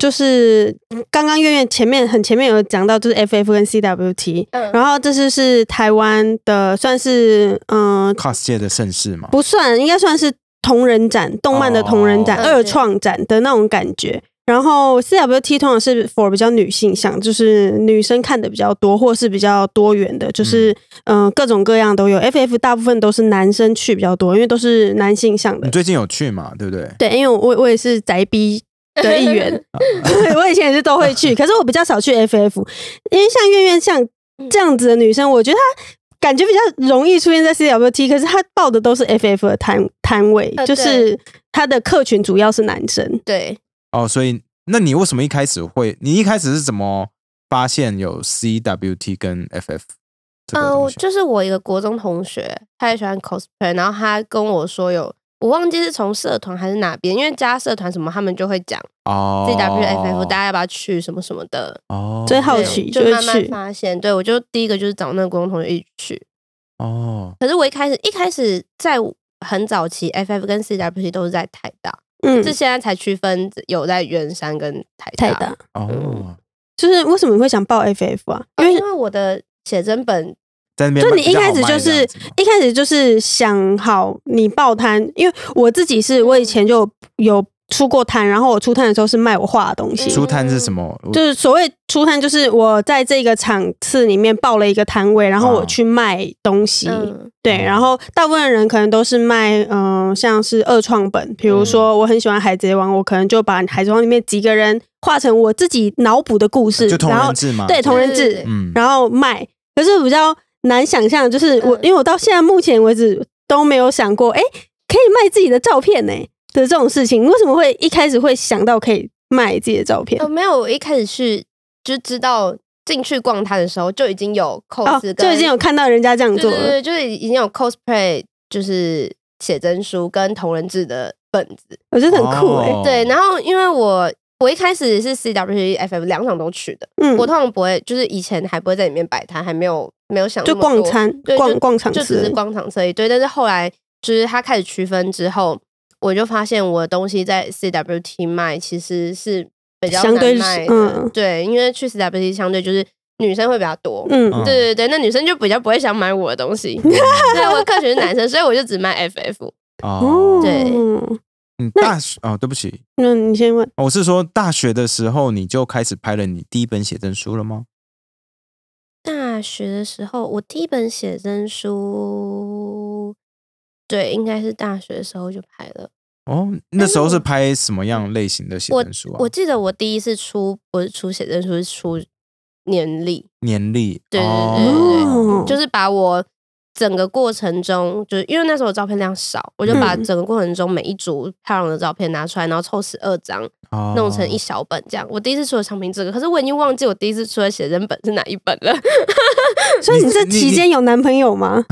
Speaker 2: 就是刚刚月月前面很前面有讲到，就是 FF 跟 CWT，、
Speaker 3: 嗯
Speaker 2: 然后这是是台湾的，算是嗯
Speaker 1: cos 界的盛世嘛，
Speaker 2: 不算，应该算是同人展，动漫的同人展、
Speaker 3: 哦
Speaker 2: 二创展的那种感觉。然后 CWT 通常是 for 比较女性向，就是女生看的比较多，或是比较多元的，就是嗯、呃各种各样都有。FF 大部分都是男生去比较多，因为都是男性向
Speaker 1: 你
Speaker 2: 的。
Speaker 1: 最近有去嘛？对不对？
Speaker 2: 对，因为我我也是宅逼的一 (laughs) 员，我以前也是都会去，可是我比较少去 FF，因为像月月像这样子的女生，我觉得她感觉比较容易出现在 CWT，可是她报的都是 FF 的摊摊位
Speaker 3: 呃，
Speaker 2: 就是她的客群主要是男生。
Speaker 3: 对，
Speaker 1: 哦，所以那你为什么一开始会？你一开始是怎么发现有 CWT 跟 FF 这个
Speaker 2: 呃
Speaker 3: 嗯，
Speaker 1: 东
Speaker 3: 我
Speaker 1: 西？
Speaker 3: 就是我一个国中同学，他也喜欢 cosplay，然后他跟我说有，我忘记是从社团还是哪边，因为加社团什么，他们就会讲
Speaker 1: 哦
Speaker 3: ZWFF，、大家要不要去什么什么的，
Speaker 1: 哦，
Speaker 2: 最好
Speaker 3: 对
Speaker 2: 奇
Speaker 3: 就
Speaker 2: 就会
Speaker 3: 慢慢
Speaker 2: 去
Speaker 3: 发现。对我就第一个就是找那个国中同学一起去，
Speaker 1: 哦，
Speaker 3: 可是我一开始一开始在很早期，FF 跟 CWC 都是在台大，
Speaker 2: 嗯
Speaker 3: 是，现在才区分有在圆山跟台
Speaker 2: 太
Speaker 3: 大。
Speaker 2: 大，嗯
Speaker 1: 哦，
Speaker 2: 就是为什么你会想报 FF 啊？
Speaker 3: 因
Speaker 2: 因
Speaker 3: 为
Speaker 2: 为
Speaker 3: 因为我的写真本
Speaker 1: 在那边
Speaker 2: 就你
Speaker 1: 比
Speaker 2: 一
Speaker 1: 较
Speaker 2: 开
Speaker 1: 好
Speaker 2: 始
Speaker 1: 卖
Speaker 2: 就
Speaker 1: 这
Speaker 2: 是
Speaker 1: 样子嘛
Speaker 2: 一开始就是想好你报摊，因为我自己是我以前就有有出过摊，然后我出摊的时候是卖我画的东西，
Speaker 1: 出摊是什么？我
Speaker 2: 嗯就是所谓出摊，就是我在这个场次里面报了一个摊位，然后
Speaker 1: 啊
Speaker 2: 我去卖东西。
Speaker 3: 嗯
Speaker 2: 对，然后大部分人可能都是卖，嗯、像是二创本，
Speaker 1: 嗯
Speaker 2: 比如说我很喜欢《海贼王》，我可能就把《海贼王》里面几个人画成我自己脑补的故事，
Speaker 1: 啊就同
Speaker 2: 然后
Speaker 1: 人志嘛，
Speaker 2: 对同人
Speaker 3: 对对
Speaker 2: 志
Speaker 3: 对，
Speaker 1: 嗯，
Speaker 2: 然后卖。可是比较难想象，就是我、
Speaker 3: 嗯
Speaker 2: 因为我到现在目前为止都没有想过，哎，可以卖自己的照片呢、的这种事情，为什么会一开始会想到可以卖自己的照片？
Speaker 3: 呃，没有，我一开始去就知道进去逛摊的时候就已经有 cos，、跟
Speaker 2: 哦就已经有看到人家这样
Speaker 3: 对
Speaker 2: 做
Speaker 3: 哦对
Speaker 2: 了。
Speaker 3: 对，就是已经有 cosplay，就是写真书跟同人志的本子。
Speaker 2: 我觉得很酷哎、
Speaker 1: 哦
Speaker 3: 欸对，然后因为我我一开始是 CW FF 两场都去的，
Speaker 2: 嗯，
Speaker 3: 我通常不会，就是以前还不会在里面摆摊，还没有没有想
Speaker 2: 就
Speaker 3: 那么多
Speaker 2: 逛餐
Speaker 3: 对就
Speaker 2: 逛逛场
Speaker 3: 就
Speaker 2: 次
Speaker 3: 只
Speaker 2: 而
Speaker 3: 是
Speaker 2: 已，
Speaker 3: 逛场车一对，但是后来就是他开始区分之后，我就发现我的东西在 CWT 卖其实是比较
Speaker 2: 相对
Speaker 3: 难卖的，
Speaker 2: 嗯
Speaker 3: 对，因为去 CWT 相对就是女生会比较多，
Speaker 2: 嗯
Speaker 1: 嗯
Speaker 3: 对对对，那女生就比较不会想买我的东西， (laughs) 对，我的客群是男生，所以我就只卖 FF。
Speaker 1: 哦，
Speaker 3: 对
Speaker 1: 嗯，大学哦，对不起，哦
Speaker 2: 那你先问，
Speaker 1: 我是说大学的时候你就开始拍了你第一本写真书了吗？
Speaker 3: 大学的时候，我第一本写真书，对，应该是大学的时候就拍了。
Speaker 1: 哦，那时候是拍什么样类型的写真书啊？
Speaker 3: 嗯我记得我第一次出不是出写真书，是出年历，
Speaker 1: 年历，
Speaker 3: 对对对
Speaker 1: 哦
Speaker 2: 哦
Speaker 3: 就是把我整个过程中，就是因为那时候我照片量少，我就把
Speaker 2: 嗯
Speaker 3: 整个过程中每一组漂亮的照片拿出来，然后凑十二张，
Speaker 1: 哦
Speaker 3: 弄成一小本这样。我第一次出的商品这个，可是我已经忘记我第一次出的写真本是哪一本了。 (laughs)
Speaker 2: 所以你这
Speaker 1: 你啊
Speaker 2: 期间有男朋友吗？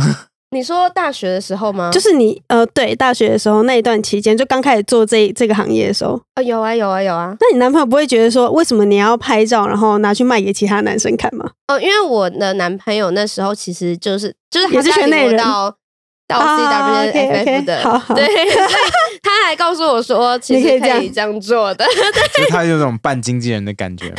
Speaker 3: 你说大学的时候吗？
Speaker 2: 就是你呃，对，大学的时候那一段期间，就刚开始做这这个行业的时候，
Speaker 3: 啊、有啊有啊有啊。
Speaker 2: 那你男朋友不会觉得说，为什么你要拍照，然后拿去卖给其他男生看吗？
Speaker 3: 哦，因为我的男朋友那时候其实就是就是
Speaker 2: 也
Speaker 3: 他
Speaker 2: 是
Speaker 3: 带
Speaker 2: 圈内
Speaker 3: 领我
Speaker 2: 人 (laughs)
Speaker 3: 到到
Speaker 2: 啊
Speaker 3: CW
Speaker 2: ，OK，OK，
Speaker 3: FF 的，
Speaker 2: 好好
Speaker 3: 对，所以他还告诉我说，其
Speaker 2: (laughs) 你可
Speaker 3: 实
Speaker 2: 以这样
Speaker 3: 可以这样做的，
Speaker 1: 就他有种半经纪人的感觉
Speaker 3: 就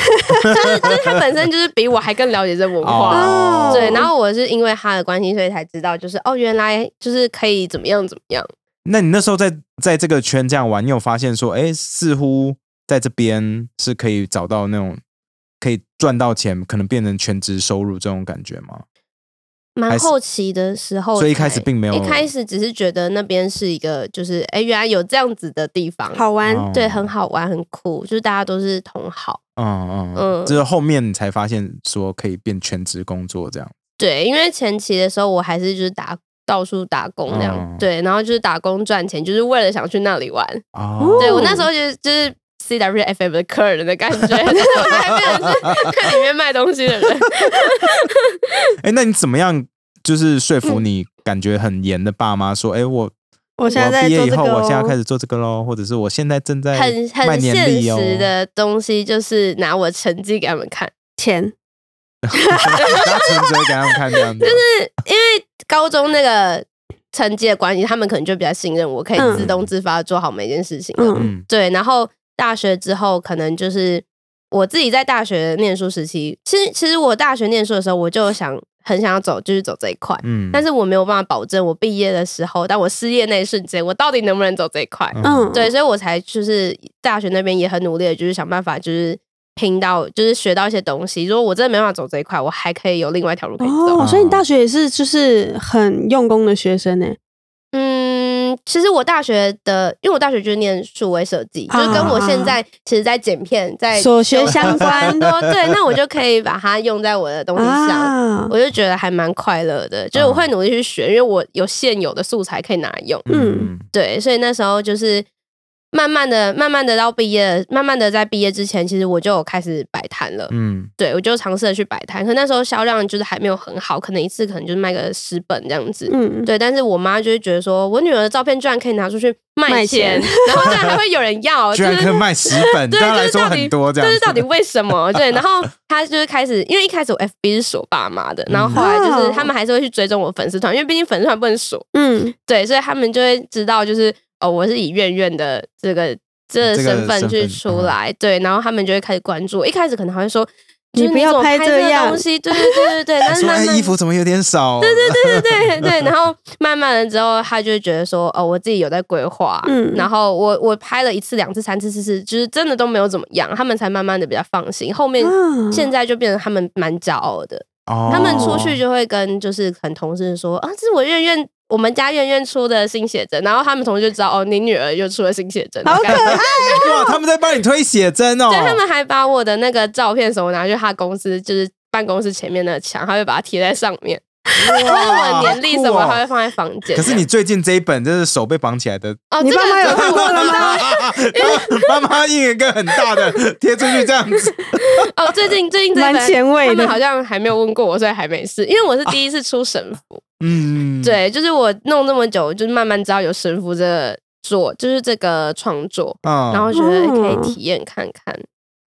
Speaker 3: 是就是他本身就是比我还更了解这文化。
Speaker 1: 哦
Speaker 3: 对，然后我是因为他的关系，所以才知道，就是哦，原来就是可以怎么样怎么样。
Speaker 1: 那你那时候在在这个圈这样玩，你有发现说，哎，似乎在这边是可以找到那种可以赚到钱，可能变成全职收入这种感觉吗？
Speaker 3: 蛮
Speaker 1: 还是
Speaker 3: 后期的时候才，
Speaker 1: 所以一开始并没有
Speaker 3: 一开始只是觉得那边是一个，就是哎、原来有这样子的地方，
Speaker 2: 好玩，
Speaker 1: 哦
Speaker 3: 对，很好玩，很酷，就是大家都是同好。
Speaker 1: 嗯嗯嗯，
Speaker 3: 嗯
Speaker 1: 只有后面你才发现说可以变全职工作这样。
Speaker 3: 对，因为前期的时候我还是就是打到处打工那样，
Speaker 1: 嗯
Speaker 3: 对，然后就是打工赚钱，就是为了想去那里玩。
Speaker 1: 哦，
Speaker 3: 对我那时候就是就是。C W F M 的客人的感觉， (laughs) 但是我还变成是看里面卖东西的人。
Speaker 1: 哎，那你怎么样？就是说服
Speaker 3: 嗯
Speaker 1: 你感觉很严的爸妈说，哎，我
Speaker 2: 我现
Speaker 1: 要
Speaker 2: 在在
Speaker 1: 毕业
Speaker 2: 做
Speaker 1: 以
Speaker 2: 这个、
Speaker 1: 后，我现在开
Speaker 2: 哦。
Speaker 1: 始做这个喽，或者是我现在正在
Speaker 3: 很
Speaker 1: 卖
Speaker 3: 很
Speaker 1: 年
Speaker 3: 现
Speaker 1: 历哦
Speaker 3: 实的东西，就是拿我成绩给他们看。
Speaker 2: 钱，
Speaker 1: 拿存折给他们看这
Speaker 3: (laughs)
Speaker 1: 样子，
Speaker 3: 因为高中那个成绩的关系，他们可能就比较信任我，可以
Speaker 2: 嗯
Speaker 3: 自动自发地做好每件事情了。
Speaker 2: 嗯，
Speaker 1: 嗯
Speaker 3: 对，然后大学之后，可能就是我自己在大学念书时期，其实其实我大学念书的时候，我就想很想要走，就是走这一块。
Speaker 1: 嗯，
Speaker 3: 但
Speaker 1: 是
Speaker 3: 是我没有办法保证我毕业的时候，当我失业那一瞬间，我到底能不能走这一块？
Speaker 2: 嗯
Speaker 3: 对，所以我才就是大学那边也很努力的，就是想办法，就是拼到，就是学到一些东西。如果我真的没办法走这一块，我还可以有另外一条路可以走。
Speaker 2: 哦，所以你大学也是就是很用功的学生欸呢、
Speaker 3: 嗯，其实我大学的，因为我大学就是念数位设计，就是跟我现在其实，在剪片在
Speaker 2: 所学
Speaker 3: 修
Speaker 2: 相关 (laughs)
Speaker 3: 很多，对，那我就可以把它用在我的东西上。
Speaker 2: 啊，嗯
Speaker 3: 我就觉得还蛮快乐的，就是我会努力去学，因为我有现有的素材可以拿来用。
Speaker 1: 嗯
Speaker 3: 对，所以那时候就是慢慢的、慢慢的到毕业，慢慢的在毕业之前，其实我就有开始摆摊了。
Speaker 1: 嗯
Speaker 3: 对，我就尝试着去摆摊，可那时候销量就是还没有很好，可能一次可能就是卖个十本这样子。
Speaker 2: 嗯，
Speaker 3: 对，但是我妈就会觉得说，我女儿的照片居然可以拿出去卖
Speaker 2: 卖
Speaker 3: 钱，
Speaker 2: 钱
Speaker 3: 然后居然还会有人
Speaker 1: (laughs)
Speaker 3: 要，
Speaker 1: 居
Speaker 3: 哦就
Speaker 1: 然可以
Speaker 3: 是。
Speaker 1: 卖十本，
Speaker 3: 对，
Speaker 1: 当
Speaker 3: 就
Speaker 1: 然
Speaker 3: 是
Speaker 1: 说
Speaker 3: 到底
Speaker 1: 很多这样
Speaker 3: 就
Speaker 1: 子，
Speaker 3: 是到底为什么？对，
Speaker 1: (laughs)
Speaker 3: 然后她就是开始，因为一开始我 FB 是锁爸妈的，然后后来就是
Speaker 1: 哦
Speaker 2: 嗯
Speaker 3: 他们还是会去追踪我粉丝团，因为毕竟粉丝团不能锁，
Speaker 2: 嗯，
Speaker 3: 对，所以他们就会知道，就是哦，我是以院院的这个这个
Speaker 1: 这个
Speaker 3: 身份
Speaker 1: 身
Speaker 3: 去
Speaker 1: 份
Speaker 3: 出来，对，然后他们就会开始关注我。一开始可能还会说，
Speaker 2: 你
Speaker 3: 就是
Speaker 2: 不要
Speaker 3: 怎么
Speaker 2: 拍
Speaker 3: 拍
Speaker 2: 这
Speaker 3: 个
Speaker 2: 样
Speaker 3: 东西，对对对对对，但是
Speaker 1: 说
Speaker 3: 慢
Speaker 1: 哎
Speaker 3: 慢
Speaker 1: 衣服怎么有点少？对对
Speaker 3: 对对对对，然后慢慢的之后，他就会觉得说，哦，我自己有在规划，
Speaker 2: 嗯
Speaker 3: 然后我我拍了一次、两次、三次、四次，就是真的都没有怎么样，他们才慢慢的比较放心。后面、
Speaker 2: 啊
Speaker 3: 现在就变成他们蛮骄傲的，
Speaker 1: 哦
Speaker 3: 他们出去就会跟就是很同事说，啊，这是我院院。我们家院院出的新写真，然后他们同事就知道哦，你女儿又出了新写真，
Speaker 2: 好可
Speaker 3: 大概
Speaker 2: 爱，
Speaker 1: 哇，他们在帮你推写真哦，
Speaker 3: 对，他们还把我的那个照片什么拿去他公司，就是办公室前面的墙，他会把它贴在上面， (laughs)
Speaker 1: 们
Speaker 3: 然后我的年历什
Speaker 1: 哦
Speaker 3: 么，他会放在房间。
Speaker 1: 可是你最近这一本就是手被绑起来的，
Speaker 3: 哦，
Speaker 2: 啊你
Speaker 3: 这个
Speaker 2: 爸妈有
Speaker 3: 这个
Speaker 2: 看
Speaker 3: 我
Speaker 2: 过了吗？
Speaker 1: (laughs) 妈妈印一个很大的贴出去这样子，
Speaker 3: 哦，最近最近这一
Speaker 2: 蛮
Speaker 3: 本
Speaker 2: 前卫
Speaker 3: 他们
Speaker 2: 的
Speaker 3: 好像还没有问过我，所以还没事。因为我是第一次出神父，
Speaker 1: 嗯，，
Speaker 3: 对，就是我弄这么久，就是慢慢知道有神父这个做，就是这个创作，
Speaker 1: 嗯，
Speaker 3: 然后觉得可
Speaker 2: 嗯
Speaker 3: 以体验看看。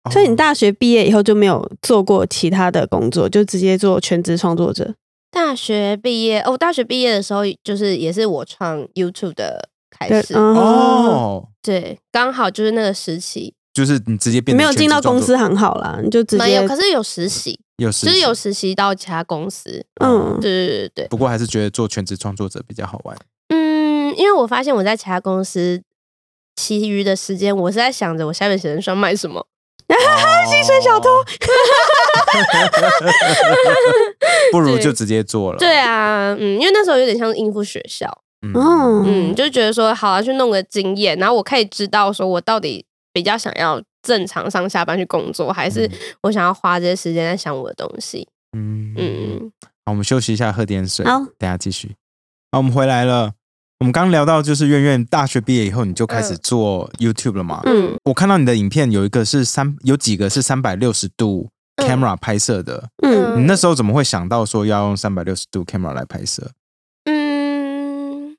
Speaker 1: 哦
Speaker 2: (laughs) 所以你大学毕业以后就没有做过其他的工作，就直接做全职创作者。
Speaker 3: 大学毕业哦，大学毕业的时候就是也是我创 YouTube 的开
Speaker 2: 对
Speaker 3: 始，
Speaker 2: 嗯
Speaker 1: 哦，
Speaker 3: 对，刚好就是那个时期，
Speaker 1: 就是你直接变
Speaker 2: 没有
Speaker 1: 成
Speaker 2: 进到
Speaker 1: 全职创
Speaker 2: 公
Speaker 1: 作
Speaker 2: 司啊行好啦，你就直
Speaker 3: 没
Speaker 2: 接
Speaker 3: 有，可是有实习，
Speaker 1: 有
Speaker 3: 就
Speaker 1: 实
Speaker 3: 是
Speaker 1: 习
Speaker 3: 有实习到其他公司，
Speaker 2: 嗯
Speaker 3: 对，对对对，
Speaker 1: 不过还是觉得做全职创作者比较好玩。
Speaker 2: 哦
Speaker 3: 嗯，因为我发现我在其他公司。其余的时间，我是在想着我下面写真双卖什
Speaker 2: 哦
Speaker 3: 么，
Speaker 1: 薪水小偷，哦
Speaker 3: (laughs)
Speaker 1: (laughs) 不如就直接做了。
Speaker 3: 对啊，嗯，因为那时候有点像是应付学校，
Speaker 1: 嗯，
Speaker 2: 嗯
Speaker 3: 嗯，就觉得说好啊，去弄个经验，然后我可以知道说我到底比较想要正常上下班去工作，还是我想要花这些时间在想我的东西。
Speaker 1: 嗯嗯，
Speaker 3: 嗯，
Speaker 1: 好，我们休息一下，喝点水。
Speaker 2: 好
Speaker 1: 等一下继续。好，我们回来了。我们刚聊到，就是圆圆大学毕业以后，你就开始
Speaker 3: 嗯
Speaker 1: 做 YouTube 了嘛？
Speaker 2: 嗯
Speaker 1: 我看到你的影片有一个是三，有几个是三百六十度
Speaker 3: 嗯
Speaker 1: camera 拍摄的。
Speaker 2: 嗯
Speaker 1: 你那时候怎么会想到说要用三百六十度 camera 来拍摄？
Speaker 3: 嗯，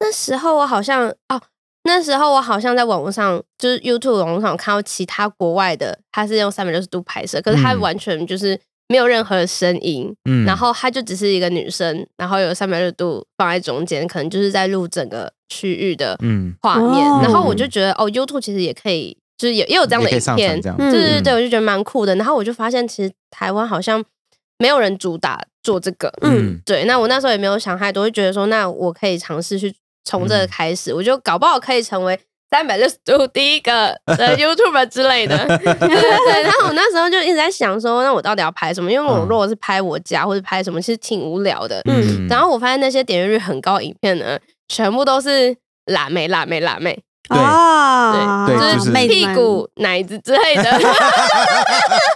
Speaker 3: 那时候我好像哦，那时候我好像在网络上，就是 YouTube 网络上有看到其他国外的，他是用三百六十度拍摄，可是他
Speaker 1: 嗯
Speaker 3: 完全就是没有任何的声音，
Speaker 1: 嗯，
Speaker 3: 然后她就只是一个女生，然后有三百六十度放在中间，可能就是在录整个区域的
Speaker 1: 嗯
Speaker 3: 画面。
Speaker 2: 哦
Speaker 3: 然后我就觉得，哦，YouTube 其实也可以，就是也也有这样的
Speaker 1: 也可以
Speaker 3: 影
Speaker 1: 上
Speaker 3: 片
Speaker 1: 传这，样，
Speaker 2: 嗯
Speaker 3: 对对对，我就觉得蛮酷的。然后我就发现，其实台湾好像没有人主打做这个，
Speaker 1: 嗯
Speaker 2: 嗯
Speaker 3: 对。那我那时候也没有想太多，就觉得说，那我可以尝试去从
Speaker 1: 嗯
Speaker 3: 这个开始，我就搞不好可以成为。三百六十度第一个
Speaker 1: (laughs)
Speaker 3: 的 YouTuber 之类的，对对对。然后我那时候就一直在想说，那我到底要拍什么？因为我
Speaker 1: 嗯
Speaker 3: 如果是拍我家或者拍什么，其实挺无聊的。
Speaker 1: 嗯
Speaker 3: 然后我发现那些点阅率很高的影片呢，全部都是辣妹、辣妹、辣妹，
Speaker 1: 对
Speaker 2: 啊，
Speaker 1: 对
Speaker 3: 就
Speaker 1: 就是是
Speaker 2: 妹子
Speaker 3: 屁
Speaker 2: 们
Speaker 3: 股、奶子之类的。
Speaker 1: (laughs)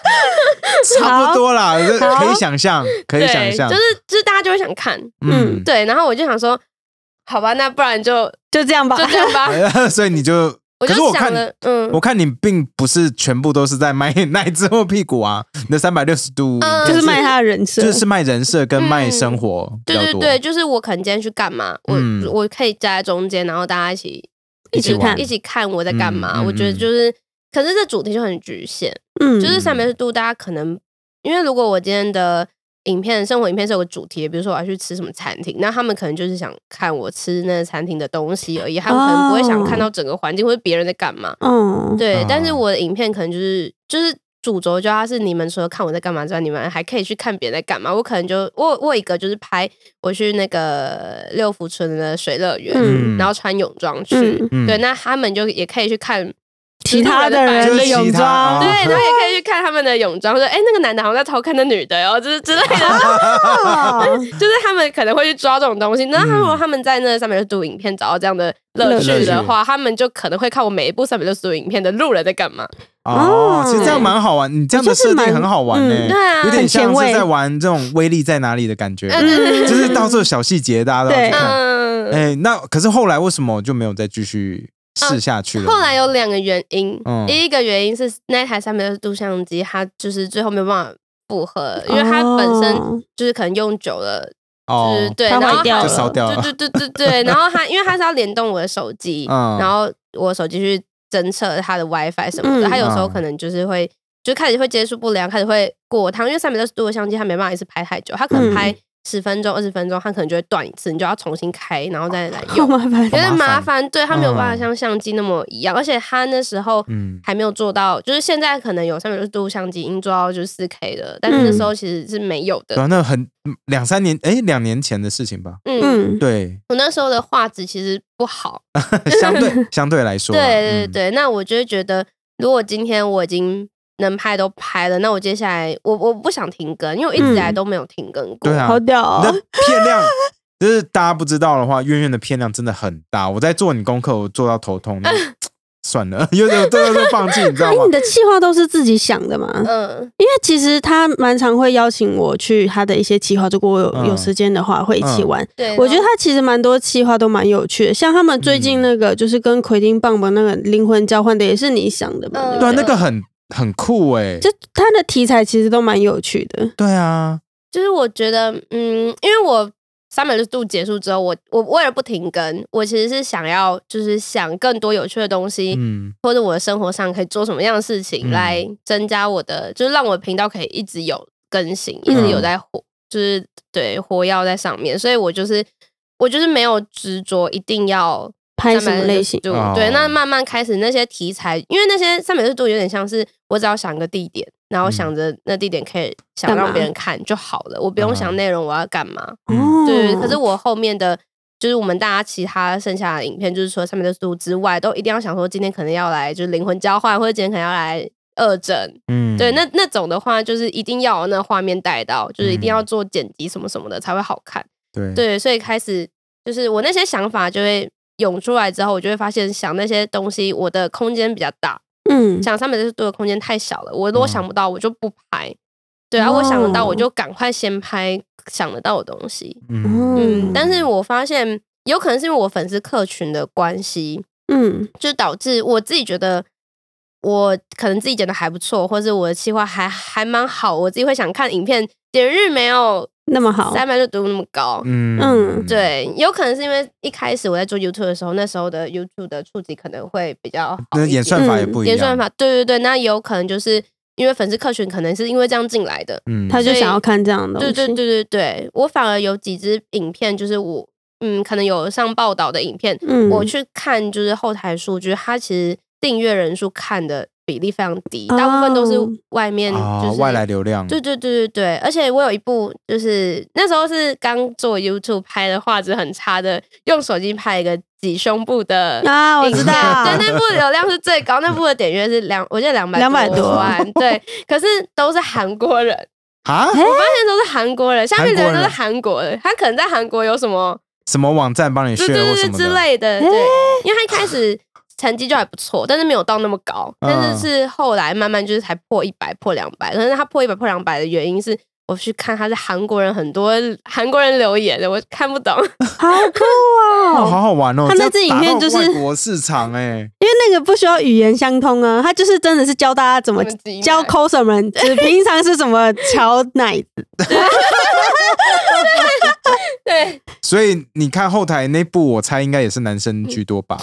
Speaker 1: 差不多啦，这
Speaker 2: 好
Speaker 1: 可以想象， (laughs) 可以想
Speaker 3: 对，
Speaker 1: 象
Speaker 3: 就是，就是大家就会想看，
Speaker 1: 嗯，
Speaker 3: 对。然后我就想说，好吧，那不然就
Speaker 2: 就这样吧
Speaker 3: 就。这样
Speaker 1: (laughs)
Speaker 3: 吧。
Speaker 1: 所以你就，
Speaker 3: 啊我
Speaker 1: 哎可是
Speaker 3: 就
Speaker 1: 我
Speaker 3: 想
Speaker 1: 看，
Speaker 3: 了，嗯
Speaker 1: 我看你并不是全部都是在卖 (laughs) 奶子或屁股啊，你的三百六十度
Speaker 3: 嗯
Speaker 2: 就是卖
Speaker 1: 影
Speaker 2: 他的人设，
Speaker 1: 片是就是卖人设跟卖
Speaker 3: 嗯
Speaker 1: 生活比
Speaker 3: 对
Speaker 1: 较
Speaker 3: 对
Speaker 1: 多，
Speaker 3: 对，就是我可能今天去干嘛，我、
Speaker 1: 嗯
Speaker 3: 我可以夹在中间，然后大家一起
Speaker 1: 一
Speaker 2: 起
Speaker 3: 看
Speaker 2: 玩
Speaker 3: 一起看我在干嘛。
Speaker 1: 嗯嗯
Speaker 3: 我觉得
Speaker 1: 嗯
Speaker 3: 就是，可是这主题就很局限，
Speaker 2: 嗯，
Speaker 3: 就是三
Speaker 1: 嗯
Speaker 3: 百六十度，大家可能因为如果我今天的影片生活影片是有个主题，比如说我要去吃什么餐厅，那他们可能就是想看我吃那个餐厅的东西而已，他们可能不会想看到整个环境或者别人在干嘛。
Speaker 2: 嗯，
Speaker 3: 对，
Speaker 1: 哦
Speaker 3: 但是我的影片可能就是就是主轴就它是你们除了看我在干嘛之外，你们还可以去看别人在干嘛。我可能就我我有一个就是拍我去那个六福村的水乐园，
Speaker 1: 嗯
Speaker 3: 然后穿泳装去，
Speaker 2: 嗯
Speaker 1: 嗯
Speaker 3: 对，那他们就也可以去看
Speaker 2: 其他的
Speaker 3: 就是
Speaker 1: 就
Speaker 2: 人
Speaker 1: 是
Speaker 2: 的
Speaker 1: 其他
Speaker 2: 泳
Speaker 1: 啊 (laughs)
Speaker 2: 装，
Speaker 3: 对，然后也可以去看他们的泳装，说哎、诶那个男的好像在偷看那女的哦，就是之类的，
Speaker 2: 啊
Speaker 3: (laughs) 就是他们可能会去抓这种东西。那
Speaker 1: 嗯
Speaker 3: 如果他们在那上面度影片找到这样的乐趣的话，他们就可能会看我每一部三百六十度影片的路人在干嘛。
Speaker 1: 哦，其实这样
Speaker 2: 对
Speaker 1: 蛮好玩，你这样的
Speaker 2: 我觉
Speaker 1: 设
Speaker 2: 得是
Speaker 1: 定
Speaker 2: 蛮
Speaker 1: 很好玩
Speaker 2: 嗯
Speaker 1: 呢、
Speaker 3: 对啊
Speaker 1: 有点像
Speaker 2: 很前
Speaker 1: 是
Speaker 2: 卫
Speaker 1: 在玩这种威力在哪里的感觉，
Speaker 3: 嗯
Speaker 2: 嗯
Speaker 1: (laughs) 就是到这小细节大家都要去
Speaker 2: 对
Speaker 1: 看。
Speaker 3: 嗯，
Speaker 1: 哎、那可是后来为什么就没有再继续试下去了呢？
Speaker 3: 后来有两个原因，
Speaker 1: 嗯
Speaker 3: 第一个原因是那台三百六十度相机它就是最后没有办法负荷，因为它本身
Speaker 2: 哦
Speaker 3: 就是可能用久了，就是
Speaker 1: 哦，
Speaker 3: 对，
Speaker 2: 它
Speaker 3: 然后
Speaker 2: 坏掉
Speaker 3: 它
Speaker 2: 了
Speaker 1: 就烧掉了
Speaker 3: 对对对对对，然后它因为它是要联动我的手机，
Speaker 1: (laughs) 嗯
Speaker 3: 然后我手机去侦测它的 WiFi 什么的，
Speaker 2: 嗯
Speaker 3: 它有时候
Speaker 1: 嗯
Speaker 3: 可能就是会。就开始会接触不良，开始会过汤，因为三百六十度的相机它没办法一次拍太久，它可能
Speaker 2: 嗯
Speaker 3: 拍十分钟、二十分钟，它可能就会断一次，你就要重新开，然后再来
Speaker 2: 好
Speaker 3: 用。
Speaker 2: 麻烦
Speaker 3: 有，点
Speaker 1: 哦好麻
Speaker 3: 麻
Speaker 1: 烦
Speaker 3: 烦，对它没有办法
Speaker 1: 嗯
Speaker 3: 像相机那么一样，而且它那时候
Speaker 1: 嗯
Speaker 3: 还没有做到，就是现在可能有三百六十度相机已经做到就是四 K 了，但是那时候其实是没有
Speaker 1: 嗯对
Speaker 3: 的。
Speaker 1: 啊，那很嗯两三年，哎，两年前的事情吧。
Speaker 3: 嗯，
Speaker 2: 嗯，
Speaker 3: (laughs)
Speaker 1: 对，
Speaker 3: 我那时候的画质其实不好，
Speaker 1: 相对相对来说
Speaker 3: 对
Speaker 1: 啦，
Speaker 3: 对
Speaker 1: 嗯，
Speaker 3: 对。那我就会觉得，如果今天我已经能拍都拍了，那我接下来我我不想停更，因为我一直以来
Speaker 2: 嗯
Speaker 3: 都没有停更过。
Speaker 1: 对啊
Speaker 2: 好，屌哦，
Speaker 1: 你的片量 (laughs) 就是大家不知道的话，渊渊的片量真的很大。我在做你功课，我做到头痛，
Speaker 3: 嗯
Speaker 1: 算了， (laughs) 有点真的是放弃，你知道
Speaker 2: 哎
Speaker 1: 吗，
Speaker 2: 你？的计划都是自己想的吗？
Speaker 3: 嗯
Speaker 2: 因为其实他蛮常会邀请我去他的一些企划，如果我有、
Speaker 1: 嗯
Speaker 2: 有时间的话，会一起玩。
Speaker 3: 对，哦
Speaker 2: 我觉得他其实蛮多企划都蛮有趣的，像他们最
Speaker 1: 嗯
Speaker 2: 近那个、就是跟奎丁棒棒那个灵魂交换的，也是你想的嘛？
Speaker 3: 嗯
Speaker 2: 对不
Speaker 1: 对啊，
Speaker 2: 对
Speaker 1: 那个很很酷哎，
Speaker 2: 就他的题材其实都蛮有趣的。
Speaker 1: 对啊，
Speaker 3: 就是我觉得，嗯，因为我三百六十度结束之后，我我为了不停更，我其实是想要就是想更多有趣的东西，
Speaker 1: 嗯
Speaker 3: 或者我的生活上可以做什么样的事
Speaker 1: 嗯
Speaker 3: 情来增加我的，就是让我的频道可以一直有更新，
Speaker 2: 嗯
Speaker 3: 一直有在火，就是对火药在上面，所以我就是我就是没有执着一定要
Speaker 2: 拍什么类型？
Speaker 3: 360度
Speaker 1: 哦
Speaker 3: 对，那慢慢开始那些题材，因为那些三百六十度有点像是我只要想个地点，然后想着那地点可以想
Speaker 2: 嗯干嘛嗯
Speaker 3: 让别人看就好了，我不用想内容我要干嘛。
Speaker 1: 嗯
Speaker 2: 哦
Speaker 3: 对，可是我后面的。就是我们大家其他剩下的影片，就是除了三百六十度之外，都一定要想说今天可能要来就是灵魂交换，或者今天可能要来二诊，
Speaker 1: 嗯
Speaker 3: 对，那那种的话，就是一定要有那画面带到，就是一定
Speaker 1: 嗯
Speaker 3: 要做剪辑什么什么的才会好看。
Speaker 1: 对
Speaker 3: 对，所以开始就是我那些想法就会涌出来之后，我就会发现想那些东西，我的空间比较大，
Speaker 2: 嗯，
Speaker 3: 想三百六十度的空间太小了。我如果
Speaker 1: 嗯
Speaker 3: 想不到，我就不拍。对啊，我想得到，我
Speaker 2: 哦
Speaker 3: 就赶快先拍想得到的东西。
Speaker 2: 哦
Speaker 1: 嗯
Speaker 3: 嗯，但是我发现有可能是因为我粉丝客群的关系，
Speaker 2: 嗯
Speaker 3: 就导致我自己觉得我可能自己剪的还不错，或是我的计划还还蛮好，我自己会想看影片，点日没有
Speaker 2: 那么好，
Speaker 3: 三百六度那么高。
Speaker 1: 嗯
Speaker 2: 嗯，
Speaker 3: 对，有可能是因为一开始我在做 YouTube 的时候，那时候的 YouTube 的触及可能会比较好
Speaker 1: 那
Speaker 3: 一点嗯
Speaker 1: 演算法也不一样，
Speaker 3: 演算法，对对对，那也有可能就是因为粉丝客群可能是因为这样进来的，
Speaker 1: 嗯，
Speaker 2: 他就
Speaker 3: 所以
Speaker 2: 想要看这样的东
Speaker 3: 对
Speaker 2: 西。
Speaker 3: 对对对对，我反而有几支影片，就是我嗯，可能有上报道的影片，
Speaker 2: 嗯，
Speaker 3: 我去看就是后台数据，它其实订阅人数看的比例非常低，
Speaker 2: 哦
Speaker 3: 大部分都是外面就
Speaker 1: 啊
Speaker 3: 是
Speaker 1: 外来。流量，
Speaker 2: 嗯
Speaker 3: 对对对对对，而且我有一部就是那时候是刚做 YouTube 拍的画质很差的，用手机拍一个挤胸部的
Speaker 2: 啊，我
Speaker 3: 影
Speaker 2: 知
Speaker 3: 片
Speaker 2: 道，
Speaker 3: (laughs) 对，那部流量是最高，那部的点阅是两，我记得两百
Speaker 2: 200多
Speaker 3: 万，对，可是都是韩国人，
Speaker 1: 啊，
Speaker 3: 我发现都是韩国人，下面的
Speaker 1: 韩国
Speaker 3: 人
Speaker 1: 人啊
Speaker 3: 都是韩国人，他可能在韩国有什么
Speaker 1: 什么网站帮你
Speaker 3: 对
Speaker 1: share
Speaker 3: 对
Speaker 1: 啊或
Speaker 3: 对
Speaker 1: 什
Speaker 3: 对
Speaker 1: 么
Speaker 3: 之
Speaker 1: 的，
Speaker 3: 类的，对，因为他一开始成绩就还不错，但是没有到那么高，
Speaker 1: 嗯
Speaker 3: 但是是后来慢慢就是才破一百、破两百，可是他破一百、破两百的原因是。我去看他是韩国人，很多韩国人留言的，我看不
Speaker 2: (laughs)
Speaker 3: 懂。
Speaker 2: 好酷
Speaker 1: (laughs) 哦，
Speaker 2: 哦！
Speaker 1: 好好玩哦，
Speaker 2: 他那
Speaker 1: 这样
Speaker 2: 支影片就是
Speaker 1: 打到外国市场哎，
Speaker 2: 因为那个不需要语言相通啊，他就是真的是教大家怎么
Speaker 3: 怎么挤奶
Speaker 2: 教抠什么，就是平常是怎么瞧奶
Speaker 3: (laughs)
Speaker 2: 子。
Speaker 3: 对
Speaker 1: 所以你看后台那部，我猜应该也是男生居多吧？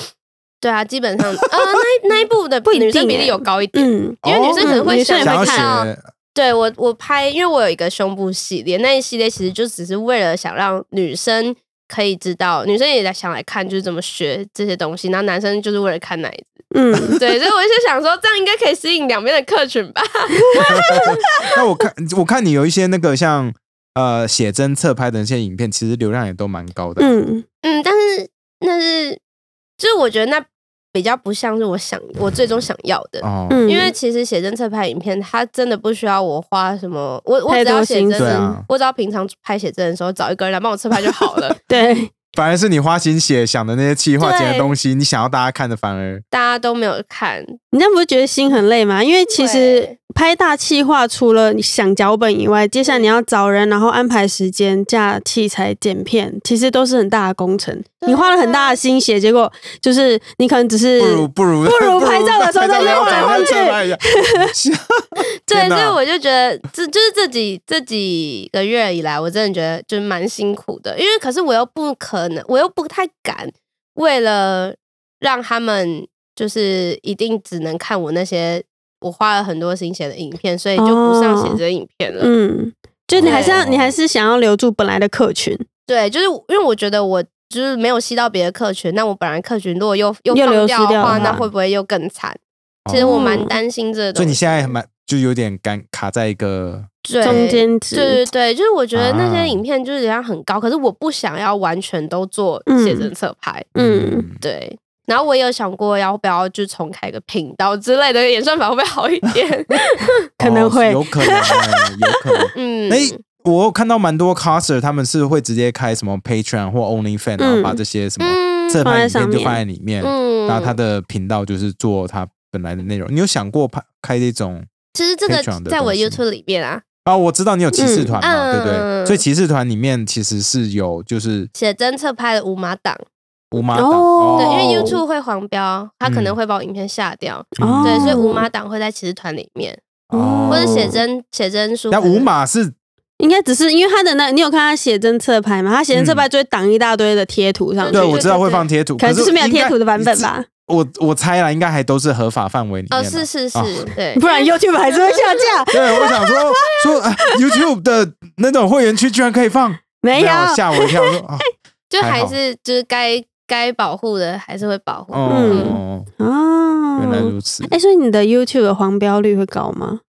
Speaker 3: 对啊，基本上呃，那那一部的
Speaker 2: 不一定
Speaker 3: 女生比例
Speaker 2: 欸
Speaker 3: 有高一点，
Speaker 2: 嗯，
Speaker 3: 因为女生可能
Speaker 2: 哦嗯
Speaker 3: 会
Speaker 2: 女生也
Speaker 3: 想
Speaker 1: 想要
Speaker 2: 会
Speaker 3: 要
Speaker 1: 学
Speaker 3: 看啊到。对我，我拍，因为我有一个胸部系列，那一系列其实就只是为了想让女生可以知道，女生也在想来看，就是怎么学这些东西，然后男生就是为了看奶子。
Speaker 2: 嗯，
Speaker 3: 对，所以我就想说，这样应该可以吸引两边的客群吧？ (laughs)
Speaker 1: 那我看 (laughs) 我看你有一些那个像呃写真侧拍的那些影片，其实流量也都蛮高的。
Speaker 2: 嗯，
Speaker 3: 嗯，但是那是，就是我觉得那比较不像是我想，我最终想要的。
Speaker 1: 哦，
Speaker 2: 嗯，
Speaker 3: 因为其实写真侧拍影片，它真的不需要我花什么，我我
Speaker 2: 太
Speaker 3: 只要
Speaker 2: 多
Speaker 3: 写
Speaker 2: 心
Speaker 3: 真
Speaker 2: 思
Speaker 1: 对啊
Speaker 3: 的，我只要平常拍写真的时候找一个人来帮我侧拍就
Speaker 1: (laughs)
Speaker 3: 好了。
Speaker 2: 对，
Speaker 1: 反而是你花心血想的那些企划剪的
Speaker 3: 对
Speaker 1: 东西，你想要大家看的，反而
Speaker 3: 大家都没有看，
Speaker 2: 你这样不是觉得心很累吗？因为其实
Speaker 3: 对
Speaker 2: 拍大气化，除了你想脚本以外，接下来你要找人，然后安排时间、架器材、剪片，其实都是很大的工程。
Speaker 3: 对啊
Speaker 2: 你花了很大的心血，结果就是你可能只是
Speaker 1: 不如不如
Speaker 2: 不如拍照的时
Speaker 1: 拍照
Speaker 2: 候在那
Speaker 1: 要
Speaker 2: 晃来
Speaker 1: 找
Speaker 2: 晃
Speaker 1: 人
Speaker 2: 去
Speaker 1: 侧拍一
Speaker 2: (laughs)
Speaker 1: 下 (laughs)
Speaker 3: 对，
Speaker 1: 天哪
Speaker 3: 所以我就觉得这就是这几这几个月以来，我真的觉得就是蛮辛苦的，因为可是我又不可能，我又不太敢，为了让他们就是一定只能看我那些我花了很多心血的影片，所以就不上写真影片了。
Speaker 2: 嗯，就你还是
Speaker 3: 啊
Speaker 2: 要，
Speaker 1: 对
Speaker 2: 你还是想要留住本来的客群，
Speaker 3: 对，就是因为我觉得我。就是没有吸到别的客群，那我本来客群如果又又
Speaker 2: 又流失
Speaker 3: 放掉的
Speaker 2: 掉
Speaker 3: 话，
Speaker 2: 了哦
Speaker 3: 那会不会又更惨？其实我蛮担心这个
Speaker 1: 哦所
Speaker 3: 东西。
Speaker 1: 以你现在蛮就有点干卡在一个
Speaker 3: 对
Speaker 2: 中间
Speaker 3: 对对
Speaker 2: 值。
Speaker 3: 对，就是我觉得那
Speaker 1: 啊
Speaker 3: 些影片就是流量很高，可是我不想要完全都做写真侧拍，
Speaker 2: 嗯，
Speaker 3: 对。然后我也有想过要不要就重开个频道之类的，演算法会不会好一
Speaker 1: (laughs)
Speaker 3: 点？
Speaker 2: 可能
Speaker 1: 哦
Speaker 2: 会
Speaker 1: 有可能欸有可
Speaker 2: (laughs)
Speaker 1: 能。
Speaker 3: 嗯，
Speaker 1: 哎、我有看到蛮多 coser 他们是会直接开什么 Patreon 或 OnlyFan，、然后把这些什么
Speaker 3: 嗯
Speaker 1: 侧拍影
Speaker 2: 放在上
Speaker 1: 片
Speaker 2: 面
Speaker 1: 就放在里面，
Speaker 3: 嗯
Speaker 1: 然后他的频道就是做他本来的内容。你有想过拍开这种？
Speaker 3: 其实这个
Speaker 1: Patreon 的
Speaker 3: 在我
Speaker 1: 东西
Speaker 3: YouTube 里面啊，
Speaker 1: 啊，我知道你有骑士团嘛，
Speaker 3: 嗯
Speaker 1: 对不对？
Speaker 3: 嗯
Speaker 1: 所以骑士团里面其实是有就是
Speaker 3: 写真侧拍的无码档，
Speaker 1: 无码档，
Speaker 2: 哦
Speaker 3: 对，因为
Speaker 2: 哦
Speaker 3: YouTube 会黄标，他可能
Speaker 1: 嗯
Speaker 3: 会把我影片下掉，
Speaker 2: 哦
Speaker 3: 对，所以无码档会在骑士团里面，
Speaker 1: 哦
Speaker 3: 或者写真写真书可
Speaker 1: 那
Speaker 3: 能。
Speaker 1: 无码是
Speaker 2: 应该只是因为他的那，你有看他写真侧拍吗？他写真侧拍就会挡一大堆的贴图上去，
Speaker 1: 嗯对，
Speaker 3: 对
Speaker 1: 我知道
Speaker 3: 对
Speaker 1: 会
Speaker 3: 对
Speaker 1: 放贴图，
Speaker 2: 可能就是没有
Speaker 1: 应该
Speaker 2: 贴图的版本吧。
Speaker 1: 我我猜啦，应该还都是合法范围里面
Speaker 3: 哦，
Speaker 1: 啦。
Speaker 3: 是是是
Speaker 1: 哦， (laughs)
Speaker 3: 对，
Speaker 2: (laughs) 不然 YouTube 还是会下架。
Speaker 1: 对，我想
Speaker 2: (laughs)
Speaker 1: 说说、啊、YouTube 的那种会员区居然可以放，
Speaker 2: 没有，
Speaker 1: 吓我一跳，我说啊，
Speaker 3: 就
Speaker 1: 还
Speaker 3: 还
Speaker 1: 好
Speaker 3: 是就是该该保护的还是会
Speaker 2: (laughs)
Speaker 3: 保护。
Speaker 2: 嗯
Speaker 1: 哦，
Speaker 2: 啊，
Speaker 1: 原来如此。
Speaker 2: 哎、所以你的 YouTube 的黄标率会高吗？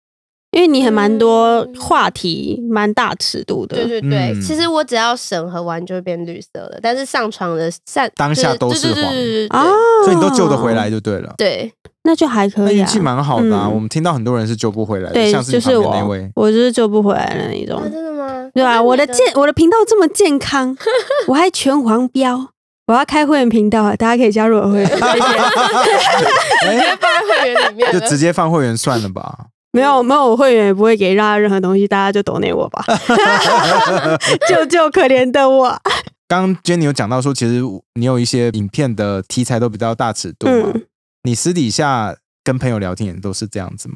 Speaker 2: 因为你还蛮多
Speaker 3: 嗯
Speaker 2: 话题，蛮大尺度的。
Speaker 3: 对对对，
Speaker 1: 嗯
Speaker 3: 其实我只要审核完就会变绿色的，但是上传的上
Speaker 1: 当下都是
Speaker 3: 对对对
Speaker 1: 黄
Speaker 3: 对对
Speaker 2: 啊，
Speaker 1: 所以你都救得回来，就对了。
Speaker 3: 对，
Speaker 2: 那就还可
Speaker 1: 那
Speaker 2: 以、
Speaker 1: 运
Speaker 2: 啊。
Speaker 1: 气蛮好的啊，
Speaker 2: 嗯
Speaker 1: 我们听到很多人是救不回来的，
Speaker 2: 对，
Speaker 1: 像
Speaker 2: 就
Speaker 1: 你
Speaker 2: 是
Speaker 1: 旁边
Speaker 2: 我
Speaker 1: 那位，，
Speaker 2: (laughs) 我就是救不回来的那一种
Speaker 3: 啊，。真的吗？
Speaker 2: 对啊，
Speaker 3: 那
Speaker 2: 我的
Speaker 3: 你 (laughs)
Speaker 2: 健我的频道这么健 (laughs) 康，我还全黄标，我要开会员频道啊，大家可以加入我的会 (laughs) 员频道。
Speaker 1: (laughs) 哎，
Speaker 3: 放在会员里面
Speaker 1: 就
Speaker 3: 了
Speaker 1: 直接放会员算了吧。
Speaker 2: 没有没有，我会员也不会给大家任何东西，大家就懂内我吧， (laughs) 救救可怜的我。
Speaker 1: 刚刚 Jenny 有讲到说，其实你有一些影片的题材都比较大尺度嘛，
Speaker 2: 嗯
Speaker 1: 你私底下跟朋友聊天也都是这样子吗？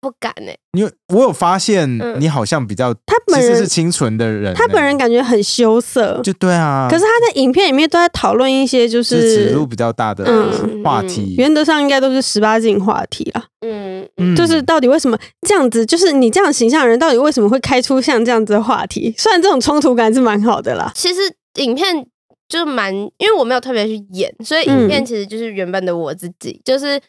Speaker 3: 不敢哎、
Speaker 1: 因为我有发现
Speaker 3: 嗯
Speaker 1: 你好像比较，
Speaker 2: 他本
Speaker 1: 其实是
Speaker 2: 人
Speaker 1: 清纯的人欸、
Speaker 2: 他本人感觉很羞涩，
Speaker 1: 就对啊，
Speaker 2: 可是他在影片里面都在讨论一些就是
Speaker 1: 尺
Speaker 2: 是
Speaker 1: 度比较大的
Speaker 2: 嗯
Speaker 1: 话题，
Speaker 2: 原则上应该都是十八禁话题啊，
Speaker 3: 嗯，
Speaker 1: 嗯
Speaker 2: 就是到底为什么这样子，就是你这样形象的人到底为什么会开出像这样子的话题？虽然这种冲突感是蛮好的啦，
Speaker 3: 其实影片就蛮，因为我没有特别去演，所以
Speaker 2: 嗯
Speaker 3: 影片其实就是原本的我自己，就是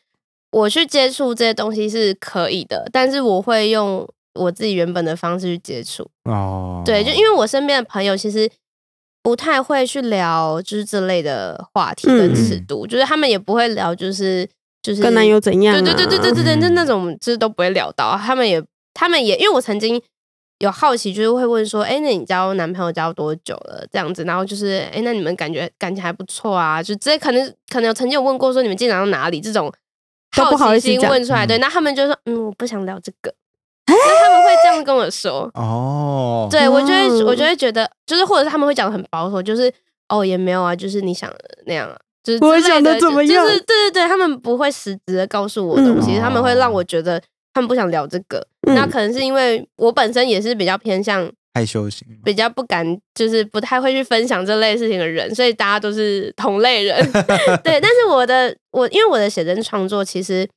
Speaker 3: 我去接触这些东西是可以的，但是我会用我自己原本的方式去接触。
Speaker 1: 哦，
Speaker 3: 对，就因为我身边的朋友其实不太会去聊就是这类的话题跟尺度，就是他们也不会聊，就是就是
Speaker 2: 嗯跟男友怎样、啊？啊
Speaker 3: 对对对对对对对，
Speaker 1: 嗯
Speaker 3: 就那种就是都不会聊到，他们也他们也因为我曾经有好奇，就是会问说，哎、那你交男朋友交多久了？这样子，然后就是，哎、那你们感觉感情还不错啊？就这可能可能有曾经有问过说你们进展到哪里这种
Speaker 2: 都不好
Speaker 3: 好
Speaker 2: 意
Speaker 3: 奇
Speaker 2: 思
Speaker 3: 心
Speaker 2: 讲啊
Speaker 3: 问出来，
Speaker 1: 嗯
Speaker 3: 对，那他们就说，嗯，我不想聊这个，那他们会这样跟我说，
Speaker 1: 哦，
Speaker 3: 对我就会我
Speaker 2: 哦
Speaker 3: 就会觉得，就是或者是他们会讲的很保守，就是哦也没有啊，就是你想的那样啊。就是之
Speaker 2: 我
Speaker 3: 类的
Speaker 2: 想得怎么样
Speaker 3: 就是对对对，他们不会实质的告诉我东西，
Speaker 1: 嗯
Speaker 3: 他们会让我觉得他们不想聊这个。
Speaker 2: 嗯
Speaker 3: 那可能是因为我本身也是比较偏向、
Speaker 1: 害羞型，
Speaker 3: 比较不敢，就是不太会去分享这类事情的人，所以大家都是同
Speaker 2: (laughs)
Speaker 3: 类人。对，但是我的我因为我的写真创作其实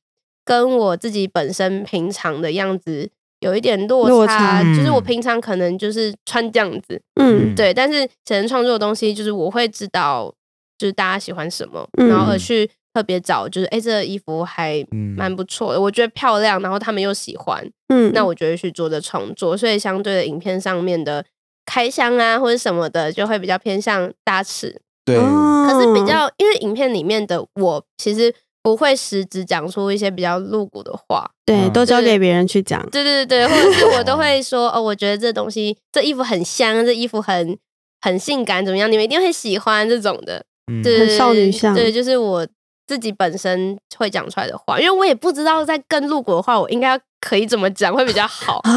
Speaker 3: 跟我自己本身平常的样子有一点落差，
Speaker 2: 落差
Speaker 3: 就是我
Speaker 1: 嗯
Speaker 3: 平常可能就是穿这样子，
Speaker 2: 嗯
Speaker 3: 对，但是写真创作的东西就是我会知道就是大家喜欢什么，
Speaker 2: 嗯
Speaker 3: 然后而去特别找就是哎、诶这个衣服还
Speaker 1: 嗯
Speaker 3: 蛮不错的，我觉得漂亮，然后他们又喜欢，
Speaker 2: 嗯，
Speaker 3: 那我就会去做的创作，所以相对的影片上面的开箱啊或者什么的，就会比较偏向大尺。
Speaker 1: 对，
Speaker 2: 哦
Speaker 3: 可是比较因为影片里面的我其实不会实质讲出一些比较露骨的话，
Speaker 2: 对，
Speaker 1: 嗯
Speaker 2: 都交
Speaker 3: 就是
Speaker 2: 给别人去讲。
Speaker 3: 对对对，或者是我都会说哦，我觉得这东西这衣服很香，这衣服很很性感，怎么样？你们一定会喜欢这种的，
Speaker 1: 嗯
Speaker 3: 对
Speaker 2: 很少女向
Speaker 3: 对，就是我自己本身会讲出来的话，因为我也不知道在更露骨的话，我应该可以怎么讲会比较好。
Speaker 2: 啊。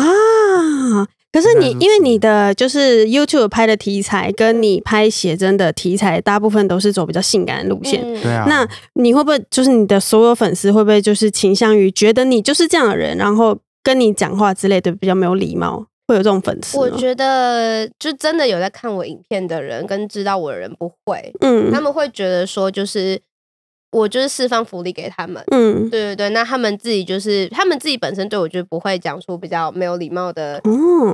Speaker 2: 可是你
Speaker 1: 原来如此
Speaker 2: 因为你的就是 YouTube 拍的题材，跟你拍写真的题材，大部分都是走比较性感的路线。
Speaker 3: 嗯
Speaker 1: 对啊，
Speaker 2: 那你会不会就是你的所有粉丝会不会就是倾向于觉得你就是这样的人，然后跟你讲话之类的比较没有礼貌，会有这种粉丝吗？
Speaker 3: 我觉得，就真的有在看我影片的人跟知道我的人不会，
Speaker 2: 嗯
Speaker 3: 他们会觉得说，就是我就是释放福利给他们。
Speaker 2: 嗯
Speaker 3: 对对对，那他们自己就是他们自己本身对我就不会讲出比较没有礼貌的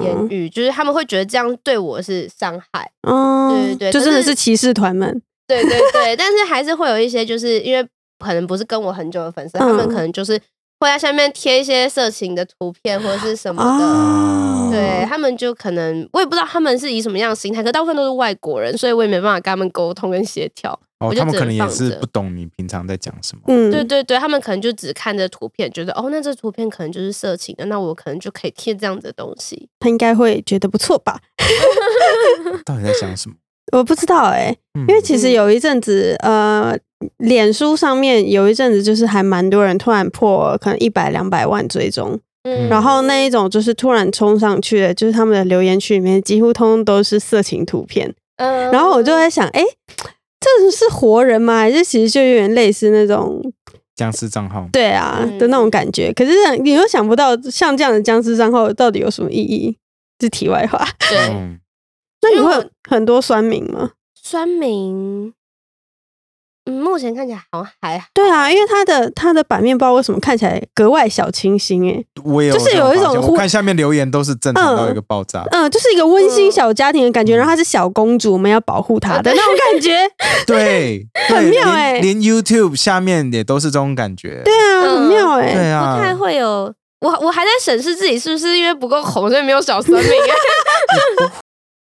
Speaker 3: 言
Speaker 2: 哦
Speaker 3: 语，就是他们会觉得这样对我是伤害。
Speaker 2: 哦，
Speaker 3: 对对对
Speaker 2: 就真的
Speaker 3: 可是
Speaker 2: 是骑士团们
Speaker 3: 对对对，但是还是会有一些，就是因为可能不是跟我很久的粉丝，他们可能就是会在下面贴一些色情的图片或者是什么的。
Speaker 2: 啊，
Speaker 3: 对他们就可能我也不知道他们是以什么样的心态，可大部分都是外国人，所以我也没办法跟他们沟通跟协调。
Speaker 1: 哦，
Speaker 3: 我就
Speaker 1: 他们
Speaker 3: 只
Speaker 1: 可能也
Speaker 3: 放
Speaker 1: 是
Speaker 3: 着
Speaker 1: 不懂你平常在讲什么，
Speaker 2: 嗯
Speaker 3: 对对对，他们可能就只看着图片，觉得哦，那这图片可能就是色情的，那我可能就可以贴这样子的东西。
Speaker 2: 他应该会觉得不错吧？
Speaker 1: 到底在想
Speaker 2: (laughs)
Speaker 1: 什么？嗯
Speaker 2: 我不知道哎、
Speaker 1: 因
Speaker 2: 因为
Speaker 3: 嗯
Speaker 2: 其实有一阵子，呃，脸书上面有一阵子就是还蛮多人突然破可能一百两百万追踪，
Speaker 1: 嗯
Speaker 2: 然后那一种就是突然冲上去的，就是他们的留言区里面几乎通通都是色情图片，
Speaker 3: 嗯
Speaker 2: 然后我就在想，哎、这是活人吗？还是其实就有点类似那种
Speaker 1: 僵尸账号，
Speaker 2: 对啊
Speaker 3: 嗯
Speaker 2: 的那种感觉？可是你又想不到像这样的僵尸账号到底有什么意义？是题外话。 (laughs)
Speaker 3: 对
Speaker 1: 嗯，
Speaker 2: 那你
Speaker 3: 因为
Speaker 2: 会
Speaker 3: 我
Speaker 2: 有很多酸民吗？
Speaker 3: 酸民嗯目前看起来好像还好
Speaker 2: 对啊，因为他的他的版面不知道为什么看起来格外小清新欸诶、
Speaker 1: 我也
Speaker 2: 就是
Speaker 1: 这
Speaker 2: 有一
Speaker 1: 发
Speaker 2: 种
Speaker 1: 现
Speaker 2: 忽
Speaker 1: 我看下面留言都是正常到
Speaker 2: 嗯
Speaker 1: 一个爆
Speaker 2: (laughs)
Speaker 1: 炸。
Speaker 2: 嗯，就是一个温馨小家庭的感觉，然
Speaker 1: 嗯
Speaker 2: 后她是小公主，我们要保护她的那种
Speaker 1: (laughs)
Speaker 2: 感觉，
Speaker 1: 对，对
Speaker 2: 很妙
Speaker 1: 连
Speaker 2: 欸
Speaker 1: 连 YouTube 下面也都是这种感觉。
Speaker 2: 对啊，
Speaker 3: 嗯
Speaker 2: 很妙哎、
Speaker 1: 对啊
Speaker 3: 不，太会有。我我还在审视自己是不是因为不够红，所以没有小生命。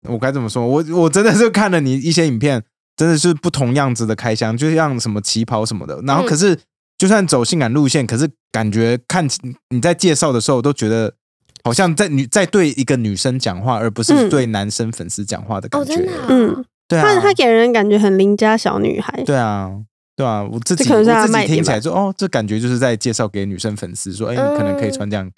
Speaker 1: 我该怎么说？我我真的是看了你一些影片，真的是不同样子的开箱，就像什么旗袍什么的。然后
Speaker 3: 嗯
Speaker 1: 可是、就算走性感路线，可是感觉看起你在介绍的时候，都觉得好像在女在对一个女生讲话，而不是
Speaker 2: 嗯
Speaker 1: 对男生粉丝讲话的感
Speaker 3: 哦，
Speaker 1: 觉。
Speaker 3: 真的、啊，
Speaker 2: 嗯，
Speaker 1: 对啊，
Speaker 2: 她她给人感觉很邻家小女孩，
Speaker 1: 对啊，对啊，我自己
Speaker 2: 这可能是他的
Speaker 1: 我自
Speaker 2: 卖
Speaker 1: 己
Speaker 2: 点
Speaker 1: 听起来
Speaker 2: 吧
Speaker 1: 就哦，这感觉就是在介绍给女生粉丝说，哎、你可能可以
Speaker 3: 嗯
Speaker 1: 穿这样，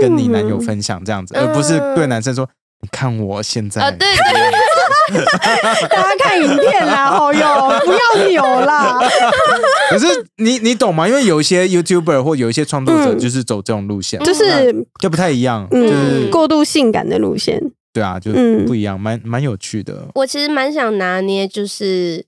Speaker 1: 跟你男友分享这样子，
Speaker 2: 嗯
Speaker 1: 而不是对男生说，你看我现在
Speaker 2: 哦
Speaker 3: 啊对对
Speaker 2: (laughs)
Speaker 3: 对
Speaker 2: 大家看影片啦，好哟，不要扭
Speaker 1: (laughs)
Speaker 2: 啦，
Speaker 1: 可是你你懂吗？因为有一些 YouTuber 或有一些创作者
Speaker 2: 嗯
Speaker 1: 就是走这种路线，
Speaker 2: 就是
Speaker 1: 就不太一样，就是
Speaker 2: 嗯，过度性感的路线，
Speaker 1: 对啊，就
Speaker 2: 嗯
Speaker 1: 不一样，蛮蛮有趣的。
Speaker 3: 我其实蛮想拿捏，就是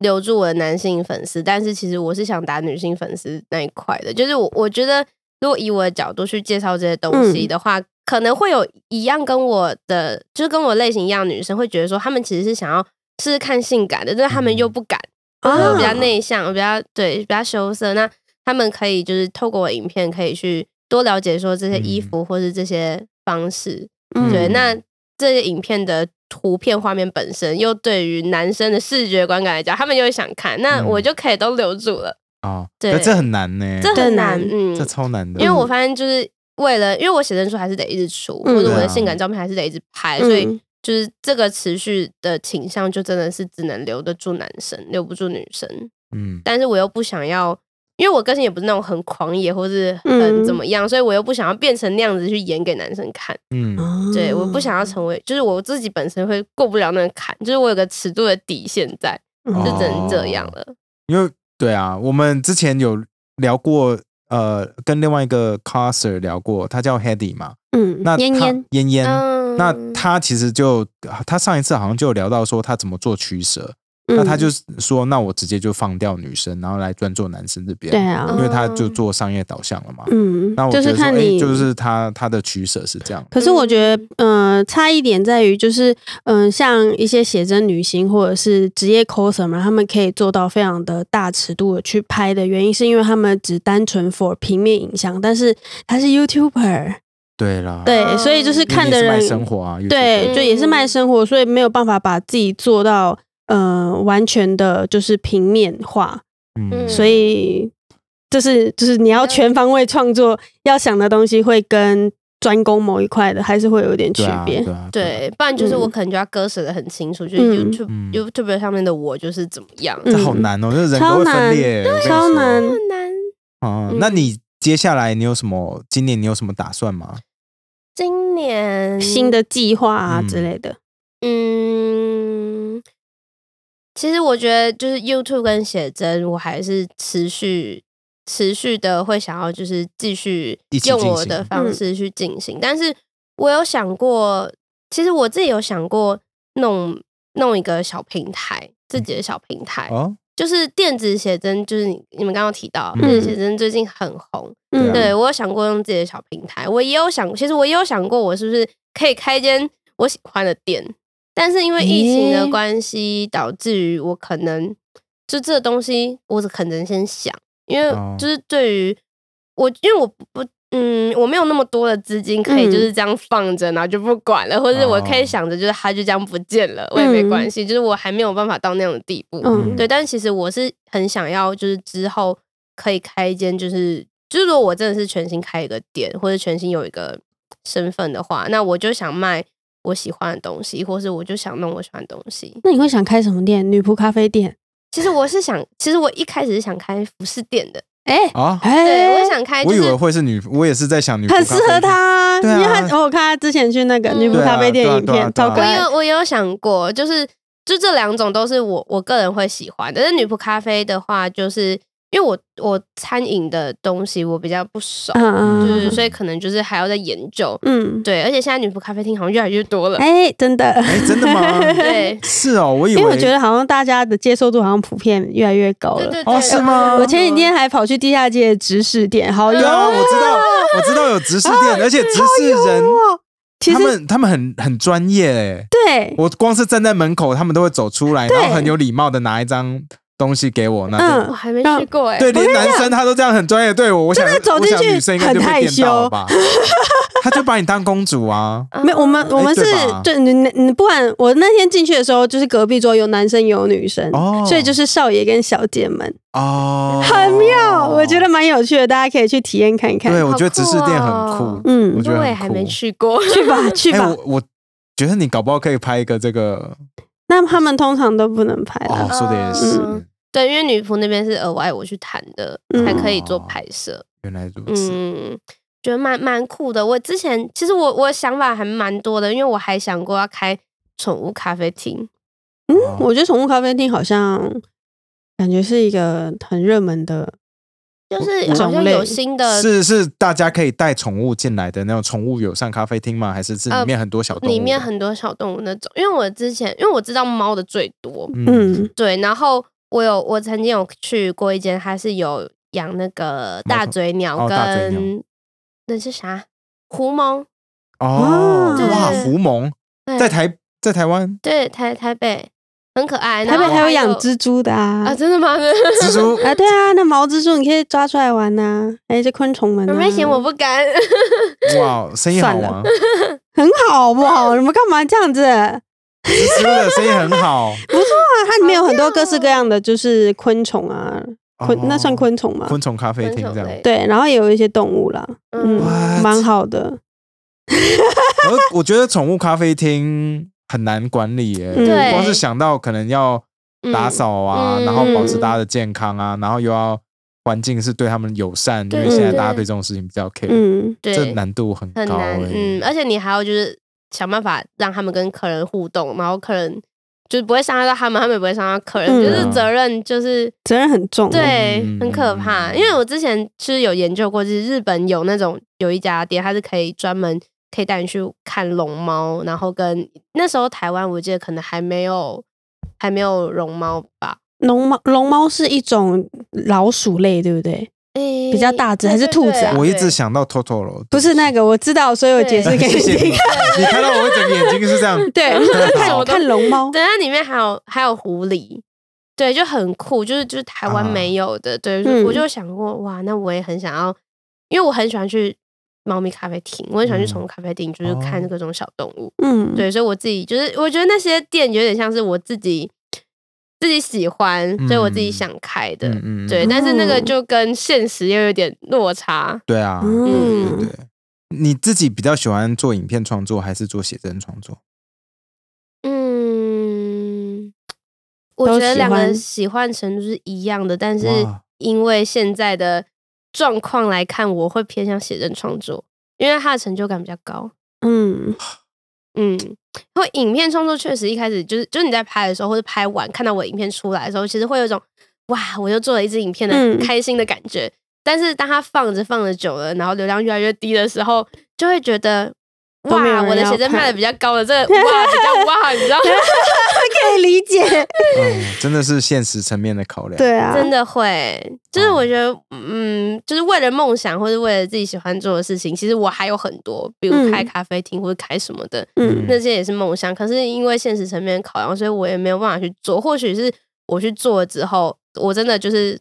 Speaker 3: 留住我的男性粉丝，但是其实我是想打女性粉丝那一块的。就是我我觉得，如果以我的角度去介绍这些东西的话，可能会有一样跟我的，就是跟我类型一样的女生会觉得说，她们其实是想要试试看性感的，但是她们又不敢，
Speaker 2: 啊
Speaker 3: 就是我比较内向，我比较对比较羞涩。那她们可以就是透过我影片，可以去多了解说这些衣服或是这些方式。
Speaker 1: 嗯
Speaker 3: 对，那这些影片的图片画面本身，又对于男生的视觉观感来讲，他们又会想看，那
Speaker 1: 嗯
Speaker 3: 我就可以都留住了。
Speaker 1: 啊，
Speaker 3: 对
Speaker 1: 可这很难呢，
Speaker 3: 这
Speaker 2: 对
Speaker 3: 很难，
Speaker 2: 难
Speaker 3: 嗯
Speaker 1: 这，超难的，
Speaker 3: 因为我发现就是为了，因为我写真书还是得一直出，
Speaker 2: 嗯
Speaker 3: 或者
Speaker 1: 对
Speaker 3: 我
Speaker 1: 啊
Speaker 3: 的性感照片还是得一直拍，所以
Speaker 2: 嗯，
Speaker 3: 就是这个持续的倾向，就真的是只能留得住男生，留不住女生。
Speaker 1: 嗯
Speaker 3: 但是我又不想要。因为我个性也不是那种很狂野或是很
Speaker 2: 嗯
Speaker 3: 怎么样，所以我又不想要变成那样子去演给男生看。
Speaker 1: 嗯，
Speaker 3: 对，我不想要成为，就是我自己本身会过不了那个坎，就是我有个尺度的底线在，
Speaker 2: 嗯
Speaker 3: 就
Speaker 1: 哦
Speaker 3: 只能这样了。
Speaker 1: 因为对啊，我们之前有聊过，呃，跟另外一个 coser 聊过，他叫 Hedy 嘛，
Speaker 2: 嗯，
Speaker 1: 那
Speaker 2: 嫣
Speaker 1: 他
Speaker 2: 嫣，
Speaker 1: 嫣嫣，
Speaker 3: 嗯
Speaker 1: 那他其实就他上一次好像就有聊到说他怎么做取舍，
Speaker 2: 嗯
Speaker 1: 那他就是说，那我直接就放掉女生，然后来专做男生这边，
Speaker 2: 对啊
Speaker 1: 因为他就做商业导向了嘛。
Speaker 2: 嗯
Speaker 1: 那，我
Speaker 2: 就
Speaker 1: 觉
Speaker 2: 是
Speaker 1: 得说，
Speaker 2: 看
Speaker 1: 哎、
Speaker 2: 你
Speaker 1: 就是他他的取舍是这样，
Speaker 2: 可是我觉得，嗯、差一点在于就是，嗯、像一些写真女星或者是职业 coser 嘛，他们可以做到非常的大尺度的去拍的原因，是因为他们只单纯 for 平面影像，但是他是 YouTuber，
Speaker 1: 对啦，
Speaker 2: 对，
Speaker 3: 哦
Speaker 2: 所以就是
Speaker 1: 因为
Speaker 2: 看
Speaker 1: 你
Speaker 2: 的
Speaker 1: 是卖
Speaker 2: 人，
Speaker 1: 生活啊，
Speaker 2: 对，
Speaker 3: 嗯
Speaker 2: 就也是卖生活，所以没有办法把自己做到呃完全的就是平面化，
Speaker 1: 嗯，
Speaker 3: 嗯
Speaker 2: 所以就是就是你要全方位创作，要想的东西会跟专攻某一块的还是会有点区
Speaker 1: 对啊，
Speaker 2: 别。
Speaker 1: 对啊，啊，
Speaker 3: 对，不然就是我
Speaker 2: 嗯
Speaker 3: 可能就要割舍的很清楚，就
Speaker 2: 嗯
Speaker 3: 是 YouTube、
Speaker 1: 嗯
Speaker 3: YouTube 上面的我就是怎么样，
Speaker 2: 嗯
Speaker 3: 嗯
Speaker 1: 这好难哦，这人格会分裂，我跟你
Speaker 2: 超
Speaker 1: 说
Speaker 2: 难。
Speaker 3: 很难。
Speaker 1: 哦、
Speaker 3: 嗯
Speaker 1: 那你接下来你有什么？今年你有什么打算吗？
Speaker 3: 今
Speaker 1: 啊
Speaker 3: 年
Speaker 2: 新的计划啊
Speaker 1: 嗯
Speaker 2: 之类的。
Speaker 3: 嗯，其实我觉得就是 YouTube 跟写真，我还是持续持续的会想要就是继续
Speaker 1: 一起
Speaker 3: 用
Speaker 1: 进
Speaker 3: 我
Speaker 1: 行嗯
Speaker 3: 的方式去进行，但是我有想过，其实我自己有想过弄弄一个小平台，自己的小平台，
Speaker 1: 嗯哦，
Speaker 3: 就是电子写真，就是你你们刚刚提到
Speaker 1: 嗯
Speaker 3: 电子写真最近很红，
Speaker 1: 对啊
Speaker 2: 嗯，
Speaker 3: 对我有想过用自己的小平台，我也有想，其实我也有想过，我是不是可以开一间我喜欢的店？但是因为疫情的
Speaker 2: 诶
Speaker 3: 关系，导致于我可能就这个东西，我只可能先想，因为
Speaker 1: 哦
Speaker 3: 就是对于我，因为我不不。嗯，我没有那么多的资金可以
Speaker 2: 嗯
Speaker 3: 就是这样放着，然后就不管了，或者我可
Speaker 1: 哦嗯
Speaker 3: 以想着就是它就这样不见了，我也没关系，就是我还没有办法到那样的地步。
Speaker 2: 嗯
Speaker 3: 对，但是其实我是很想要，就是之后可以开一间，就是就是如果我真的是全新开一个店，或者全新有一个身份的话，那我就想卖我喜欢的东西，或是我就想弄我喜欢的东西。
Speaker 2: 那你会想开什么店？女仆咖啡店？
Speaker 3: 其实我是想，其实我一开始是想开服饰店的，
Speaker 2: 哎、
Speaker 1: 啊，
Speaker 2: 哎，
Speaker 3: 对，我想开就
Speaker 1: 我以
Speaker 3: 是
Speaker 1: 为会是女，我也是在想女，
Speaker 2: 很适合。他， (laughs)
Speaker 1: 对啊
Speaker 2: 因为他哦我有看他之前去那个
Speaker 3: 嗯
Speaker 2: 女仆咖啡店
Speaker 1: 对啊
Speaker 2: 影
Speaker 1: 对啊
Speaker 2: 片，
Speaker 1: 对啊
Speaker 2: 超可
Speaker 3: 我
Speaker 1: 对
Speaker 2: 爱
Speaker 3: 有。我有想过，就是就这两种都是我我个人会喜欢的，但是女仆咖啡的话，就是因为我我餐饮的东西我比较不熟，
Speaker 2: 嗯
Speaker 3: 就是
Speaker 2: 嗯
Speaker 3: 所以可能就是还要再研究。
Speaker 2: 嗯，
Speaker 3: 对，而且现在女仆咖啡厅好像越来越多了。
Speaker 2: 哎，真的，
Speaker 1: 哎，真的吗？
Speaker 3: 对
Speaker 1: 是哦，我以
Speaker 2: 因
Speaker 1: 为
Speaker 2: 为我觉得好像大家的接受度好像普遍越来越高
Speaker 3: 对
Speaker 2: 了。
Speaker 3: 对对，嗯
Speaker 1: 哦是吗
Speaker 2: 我前几天还跑去地下街的直视店，好有
Speaker 1: 对啊，我知道，我知道有执事
Speaker 2: 哎
Speaker 1: 店，而且执事人
Speaker 2: 哦。其
Speaker 1: 他
Speaker 2: 实
Speaker 1: 们他们很很专业哎，
Speaker 2: 对，
Speaker 1: 我光是站在门口，他们都会走出来，
Speaker 2: 对
Speaker 1: 然后很有礼貌的拿一张东西给我，那
Speaker 2: 嗯
Speaker 3: 我还没去过哎。
Speaker 1: 对，连男生他都这样很专业对我，我想
Speaker 2: 真的走
Speaker 1: 我想
Speaker 2: 进去
Speaker 1: 女生应该就
Speaker 2: 很
Speaker 1: 被
Speaker 2: 害
Speaker 1: 电到了
Speaker 2: (laughs)
Speaker 1: 吧？他就把你当公主啊，
Speaker 3: 啊
Speaker 2: 没有，我们我们是
Speaker 1: 对吧
Speaker 2: 对你你你不管我那天进去的时候，就是隔壁桌有男生也有女生，
Speaker 1: 哦
Speaker 2: 所以就是少爷跟小姐们，
Speaker 1: 哦，
Speaker 2: 很妙，我觉得啊蛮有趣的，大家可以去体验看
Speaker 1: 对，啊
Speaker 2: 看。
Speaker 1: 我觉得
Speaker 3: 好酷
Speaker 1: 执事店很
Speaker 3: 哦
Speaker 1: 酷，我
Speaker 2: 嗯，
Speaker 1: 觉得
Speaker 3: 我也
Speaker 1: 很
Speaker 3: 还
Speaker 1: 酷
Speaker 3: 没去过。 (laughs)
Speaker 2: 去
Speaker 1: (laughs)
Speaker 2: 吧去
Speaker 1: 哎，
Speaker 2: 吧
Speaker 1: 我。我觉得你搞不好可以拍一个这个
Speaker 2: 那他们通常都不能拍
Speaker 1: 哦
Speaker 2: 了，，
Speaker 1: 说的也是
Speaker 3: 嗯，对，因为女仆那边是额外我去谈的，
Speaker 2: 嗯
Speaker 3: 才可以做拍摄。
Speaker 1: 原来如此，
Speaker 3: 嗯，觉得蛮蛮酷的。我之前其实我我想法还蛮多的，因为我还想过要开宠物咖啡厅。
Speaker 1: 嗯
Speaker 2: 我觉得宠物咖啡厅好像感觉是一个很热门的，
Speaker 3: 就是好像有新的，
Speaker 1: 是是，大家可以带宠物进来的那种宠物友善咖啡厅吗？还是是里面很多小动物的？
Speaker 3: 呃里面很多小动物那种。因为我之前因为我知道猫的最多，
Speaker 1: 嗯
Speaker 2: 嗯
Speaker 3: 对，然后我有我曾经有去过一间，它是有养那个大嘴鸟
Speaker 1: 哦大嘴鸟
Speaker 3: 跟那是啥狐獴，
Speaker 1: 哦
Speaker 2: 对
Speaker 1: 哇，狐獴
Speaker 3: 对
Speaker 1: 在台在台
Speaker 3: (laughs)
Speaker 1: 湾
Speaker 3: 对台台北很可爱，
Speaker 2: 台
Speaker 3: 然
Speaker 2: 北
Speaker 3: 后
Speaker 2: 还有
Speaker 3: 有
Speaker 2: 养蜘蛛的啊
Speaker 3: 啊，。真的吗？ (laughs)
Speaker 1: 蜘蛛
Speaker 2: 啊，对啊，那毛蜘蛛你可以抓出来玩呐、还有一些昆虫们、啊，
Speaker 3: 很危
Speaker 1: 嗯
Speaker 3: 险，我不敢。
Speaker 1: 哇，生意好
Speaker 2: 算
Speaker 1: 吗？
Speaker 2: 很好，好不好？你们干嘛这样子？哇，
Speaker 1: 蜘蛛的生意很好，
Speaker 2: 它里面有很多各式各样的，就是昆虫啊， (laughs) 昆、
Speaker 1: 哦
Speaker 2: 那算昆虫吗？
Speaker 1: 昆虫咖啡
Speaker 3: 分
Speaker 1: 厅
Speaker 3: 手
Speaker 1: 这样。
Speaker 3: 类，
Speaker 2: 对，然后也有一些动物啦，嗯
Speaker 1: 哇，
Speaker 2: 蛮好的。
Speaker 1: 然后我觉得宠物咖啡厅很难管理耶，
Speaker 2: 嗯
Speaker 3: 对，
Speaker 1: 光是想到可能要打扫啊，
Speaker 3: 嗯
Speaker 1: 然后保持大家的健康啊，然后又要环境是对他们友善，因
Speaker 3: 对
Speaker 1: 为现在大家
Speaker 3: 对
Speaker 1: 对这种事情比较 care。
Speaker 2: 嗯，
Speaker 3: 对
Speaker 1: 这难度很高、
Speaker 3: 很
Speaker 1: 欸，
Speaker 3: 难，嗯，而且你还要就是想办法让他们跟客人互动，然后客人就是不会伤害到他们，他们也不会伤害到客人，
Speaker 2: 嗯
Speaker 3: 就是责任就是
Speaker 2: 责任很重。哦
Speaker 3: 对，
Speaker 1: 嗯
Speaker 3: 很可怕。
Speaker 1: 嗯
Speaker 3: 因为我之前是有研究过，就是日本有那种有一家店，它是可以专门可以带你去看龙猫，然后跟那时候台湾我记得可能还没有还没有龙猫吧，
Speaker 2: 龙猫，龙猫是一种老鼠类，对不对？
Speaker 3: 诶
Speaker 2: 比较大只还是兔子啊
Speaker 1: 我一直
Speaker 3: 对
Speaker 1: 想到 Totoro，
Speaker 2: 不是那个，我知道，所以我解释给
Speaker 1: 谢
Speaker 2: 你
Speaker 1: 谢你
Speaker 2: 听。，
Speaker 1: (laughs) 你看到我整个眼睛是这
Speaker 2: (laughs)
Speaker 1: 样，
Speaker 2: 对，
Speaker 1: 好
Speaker 2: 看看龙猫，
Speaker 3: 对，它里面还有还有狐狸，对，就很酷，就是就是台湾
Speaker 1: 啊
Speaker 3: 没有的，对，
Speaker 2: 嗯
Speaker 3: 我就想过哇，那我也很想要，因为我很喜欢去猫咪咖啡厅，我很喜欢去
Speaker 1: 嗯
Speaker 3: 宠物咖啡厅，就是
Speaker 1: 哦
Speaker 3: 看各种小动物，
Speaker 2: 嗯，
Speaker 3: 对，所以我自己就是我觉得那些店有点像是我自己自己喜欢，所以我自己
Speaker 1: 嗯
Speaker 3: 想开的，
Speaker 1: 嗯嗯，
Speaker 3: 对，
Speaker 1: 嗯
Speaker 3: 但是那个
Speaker 2: 哦
Speaker 3: 就跟现实又有点落差，
Speaker 1: 对啊，
Speaker 2: 嗯
Speaker 1: 对对对。你自己比较喜欢做影片创作还是做写真创作？
Speaker 3: 嗯，我
Speaker 2: 都
Speaker 3: 觉得
Speaker 2: 喜
Speaker 3: 两个人
Speaker 2: 欢
Speaker 3: 喜欢程度是一样的，但是
Speaker 1: 哇
Speaker 3: 因为现在的状况来看，我会偏向写真创作，因为它的成就感比较高。
Speaker 2: (laughs) 嗯，
Speaker 3: 嗯，然后影片创作确实一开始就是，就是你在拍的时候，或者拍完看到我的影片出来的时候，其实会有一种哇，我又做了一支影片的、
Speaker 2: 嗯
Speaker 3: 开心的感觉。但是当它放着放着久了，然后流量越来越低的时候，就会觉得
Speaker 2: 都没有
Speaker 3: 哇，
Speaker 2: 人
Speaker 3: 我的
Speaker 2: 要
Speaker 3: 写真卖
Speaker 2: 看啊
Speaker 3: 的比较
Speaker 2: (laughs)
Speaker 3: 高的，这个哇比较哇，你知道吗？
Speaker 2: 可以理解。
Speaker 1: 嗯，真的是现实层面的考量。，
Speaker 2: 对啊，
Speaker 3: 真
Speaker 2: (laughs)
Speaker 3: 的会，就是我觉得，嗯，就是为了梦想或者为了自己喜欢做的事情，其实我还有很多，比如
Speaker 2: 嗯
Speaker 3: 开咖啡厅或者开什么的，
Speaker 2: 嗯
Speaker 3: 那些也是梦想。可是因为现实层面考量，所以我也没有办法去做。或许是我去做了之后，我真的就是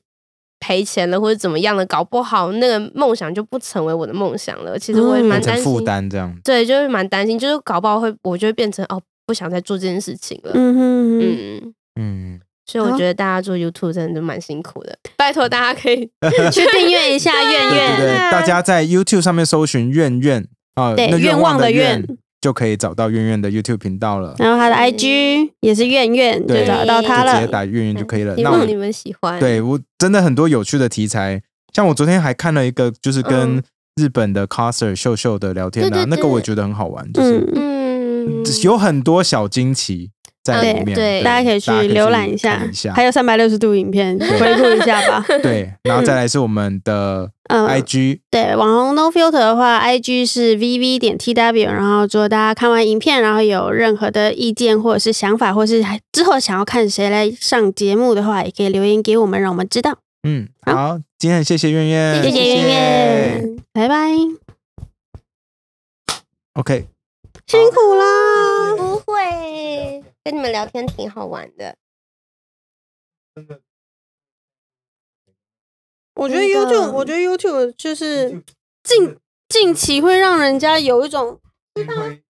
Speaker 3: 赔钱了，或者怎么样了，搞不好那个梦想就不成为我的梦想了。其实我也
Speaker 2: 嗯
Speaker 3: 蛮
Speaker 1: 变成
Speaker 3: 担
Speaker 1: 负
Speaker 3: 心，
Speaker 1: 担这样。
Speaker 3: 对，就是蛮担心，就是搞不好会，我就会变成哦，不想再做这件事情了。
Speaker 2: 嗯哼嗯
Speaker 3: 嗯
Speaker 1: 嗯，
Speaker 3: 所以我
Speaker 2: 好
Speaker 3: 觉得大家做 YouTube 真的蛮辛苦的，拜托大家可以 (laughs) 去
Speaker 2: 订阅一下
Speaker 3: 愿
Speaker 1: (laughs) 对对
Speaker 3: 愿
Speaker 1: 对，大家在 YouTube 上面搜寻“愿愿”啊，
Speaker 2: 对
Speaker 1: 那
Speaker 2: 愿
Speaker 1: 望
Speaker 2: 望的
Speaker 1: 愿
Speaker 2: 愿
Speaker 1: 就可以找到愿愿的 YouTube 频道了，
Speaker 2: 然后他的
Speaker 3: 嗯
Speaker 2: IG 也是苑苑，就
Speaker 1: 对
Speaker 2: 找到他
Speaker 1: 就直接
Speaker 2: 了。
Speaker 1: 打愿愿就可以了。
Speaker 3: 希
Speaker 1: 那我
Speaker 3: 望
Speaker 1: 们
Speaker 3: 嗯你们喜欢。
Speaker 1: 对我真的很多有趣的题材，像我昨天还看了一个，就是跟
Speaker 3: 嗯
Speaker 1: 日本的 coser 秀秀的聊天啊，
Speaker 3: 对对对
Speaker 1: 那个我也觉得很好玩，就是
Speaker 2: 嗯，
Speaker 3: 嗯，
Speaker 1: 有很多小惊奇，在里面，
Speaker 3: 嗯对
Speaker 2: 哎大家可以去浏览
Speaker 1: 一
Speaker 2: 一下，
Speaker 1: 一下
Speaker 2: 还有三百六十度影 (laughs) 片
Speaker 1: 对
Speaker 2: 回顾一下吧。 (laughs)
Speaker 1: 对，然后再来是我们的
Speaker 2: 嗯，
Speaker 1: IG，
Speaker 2: 对，网红 No Filter 的话，IG 是 VV 点 TW，然后如果大家看完影片，然后有任何的意见或者是想法，或是还之后想要看谁来上节目的话，也可以留言给我们，让我们知道。
Speaker 1: 嗯，好，今天很谢谢苑苑，
Speaker 2: 谢谢圆圆，嗯拜拜，
Speaker 1: ，OK，
Speaker 2: 辛苦啦。
Speaker 3: 不会，跟你们聊天挺好玩的。
Speaker 2: 我觉
Speaker 3: 觉得
Speaker 2: 得
Speaker 3: YouTube-
Speaker 2: YouTube，我
Speaker 3: 我
Speaker 2: 嗯觉得 YouTube 就是近近期会让人家有一种
Speaker 1: 回
Speaker 3: 嗯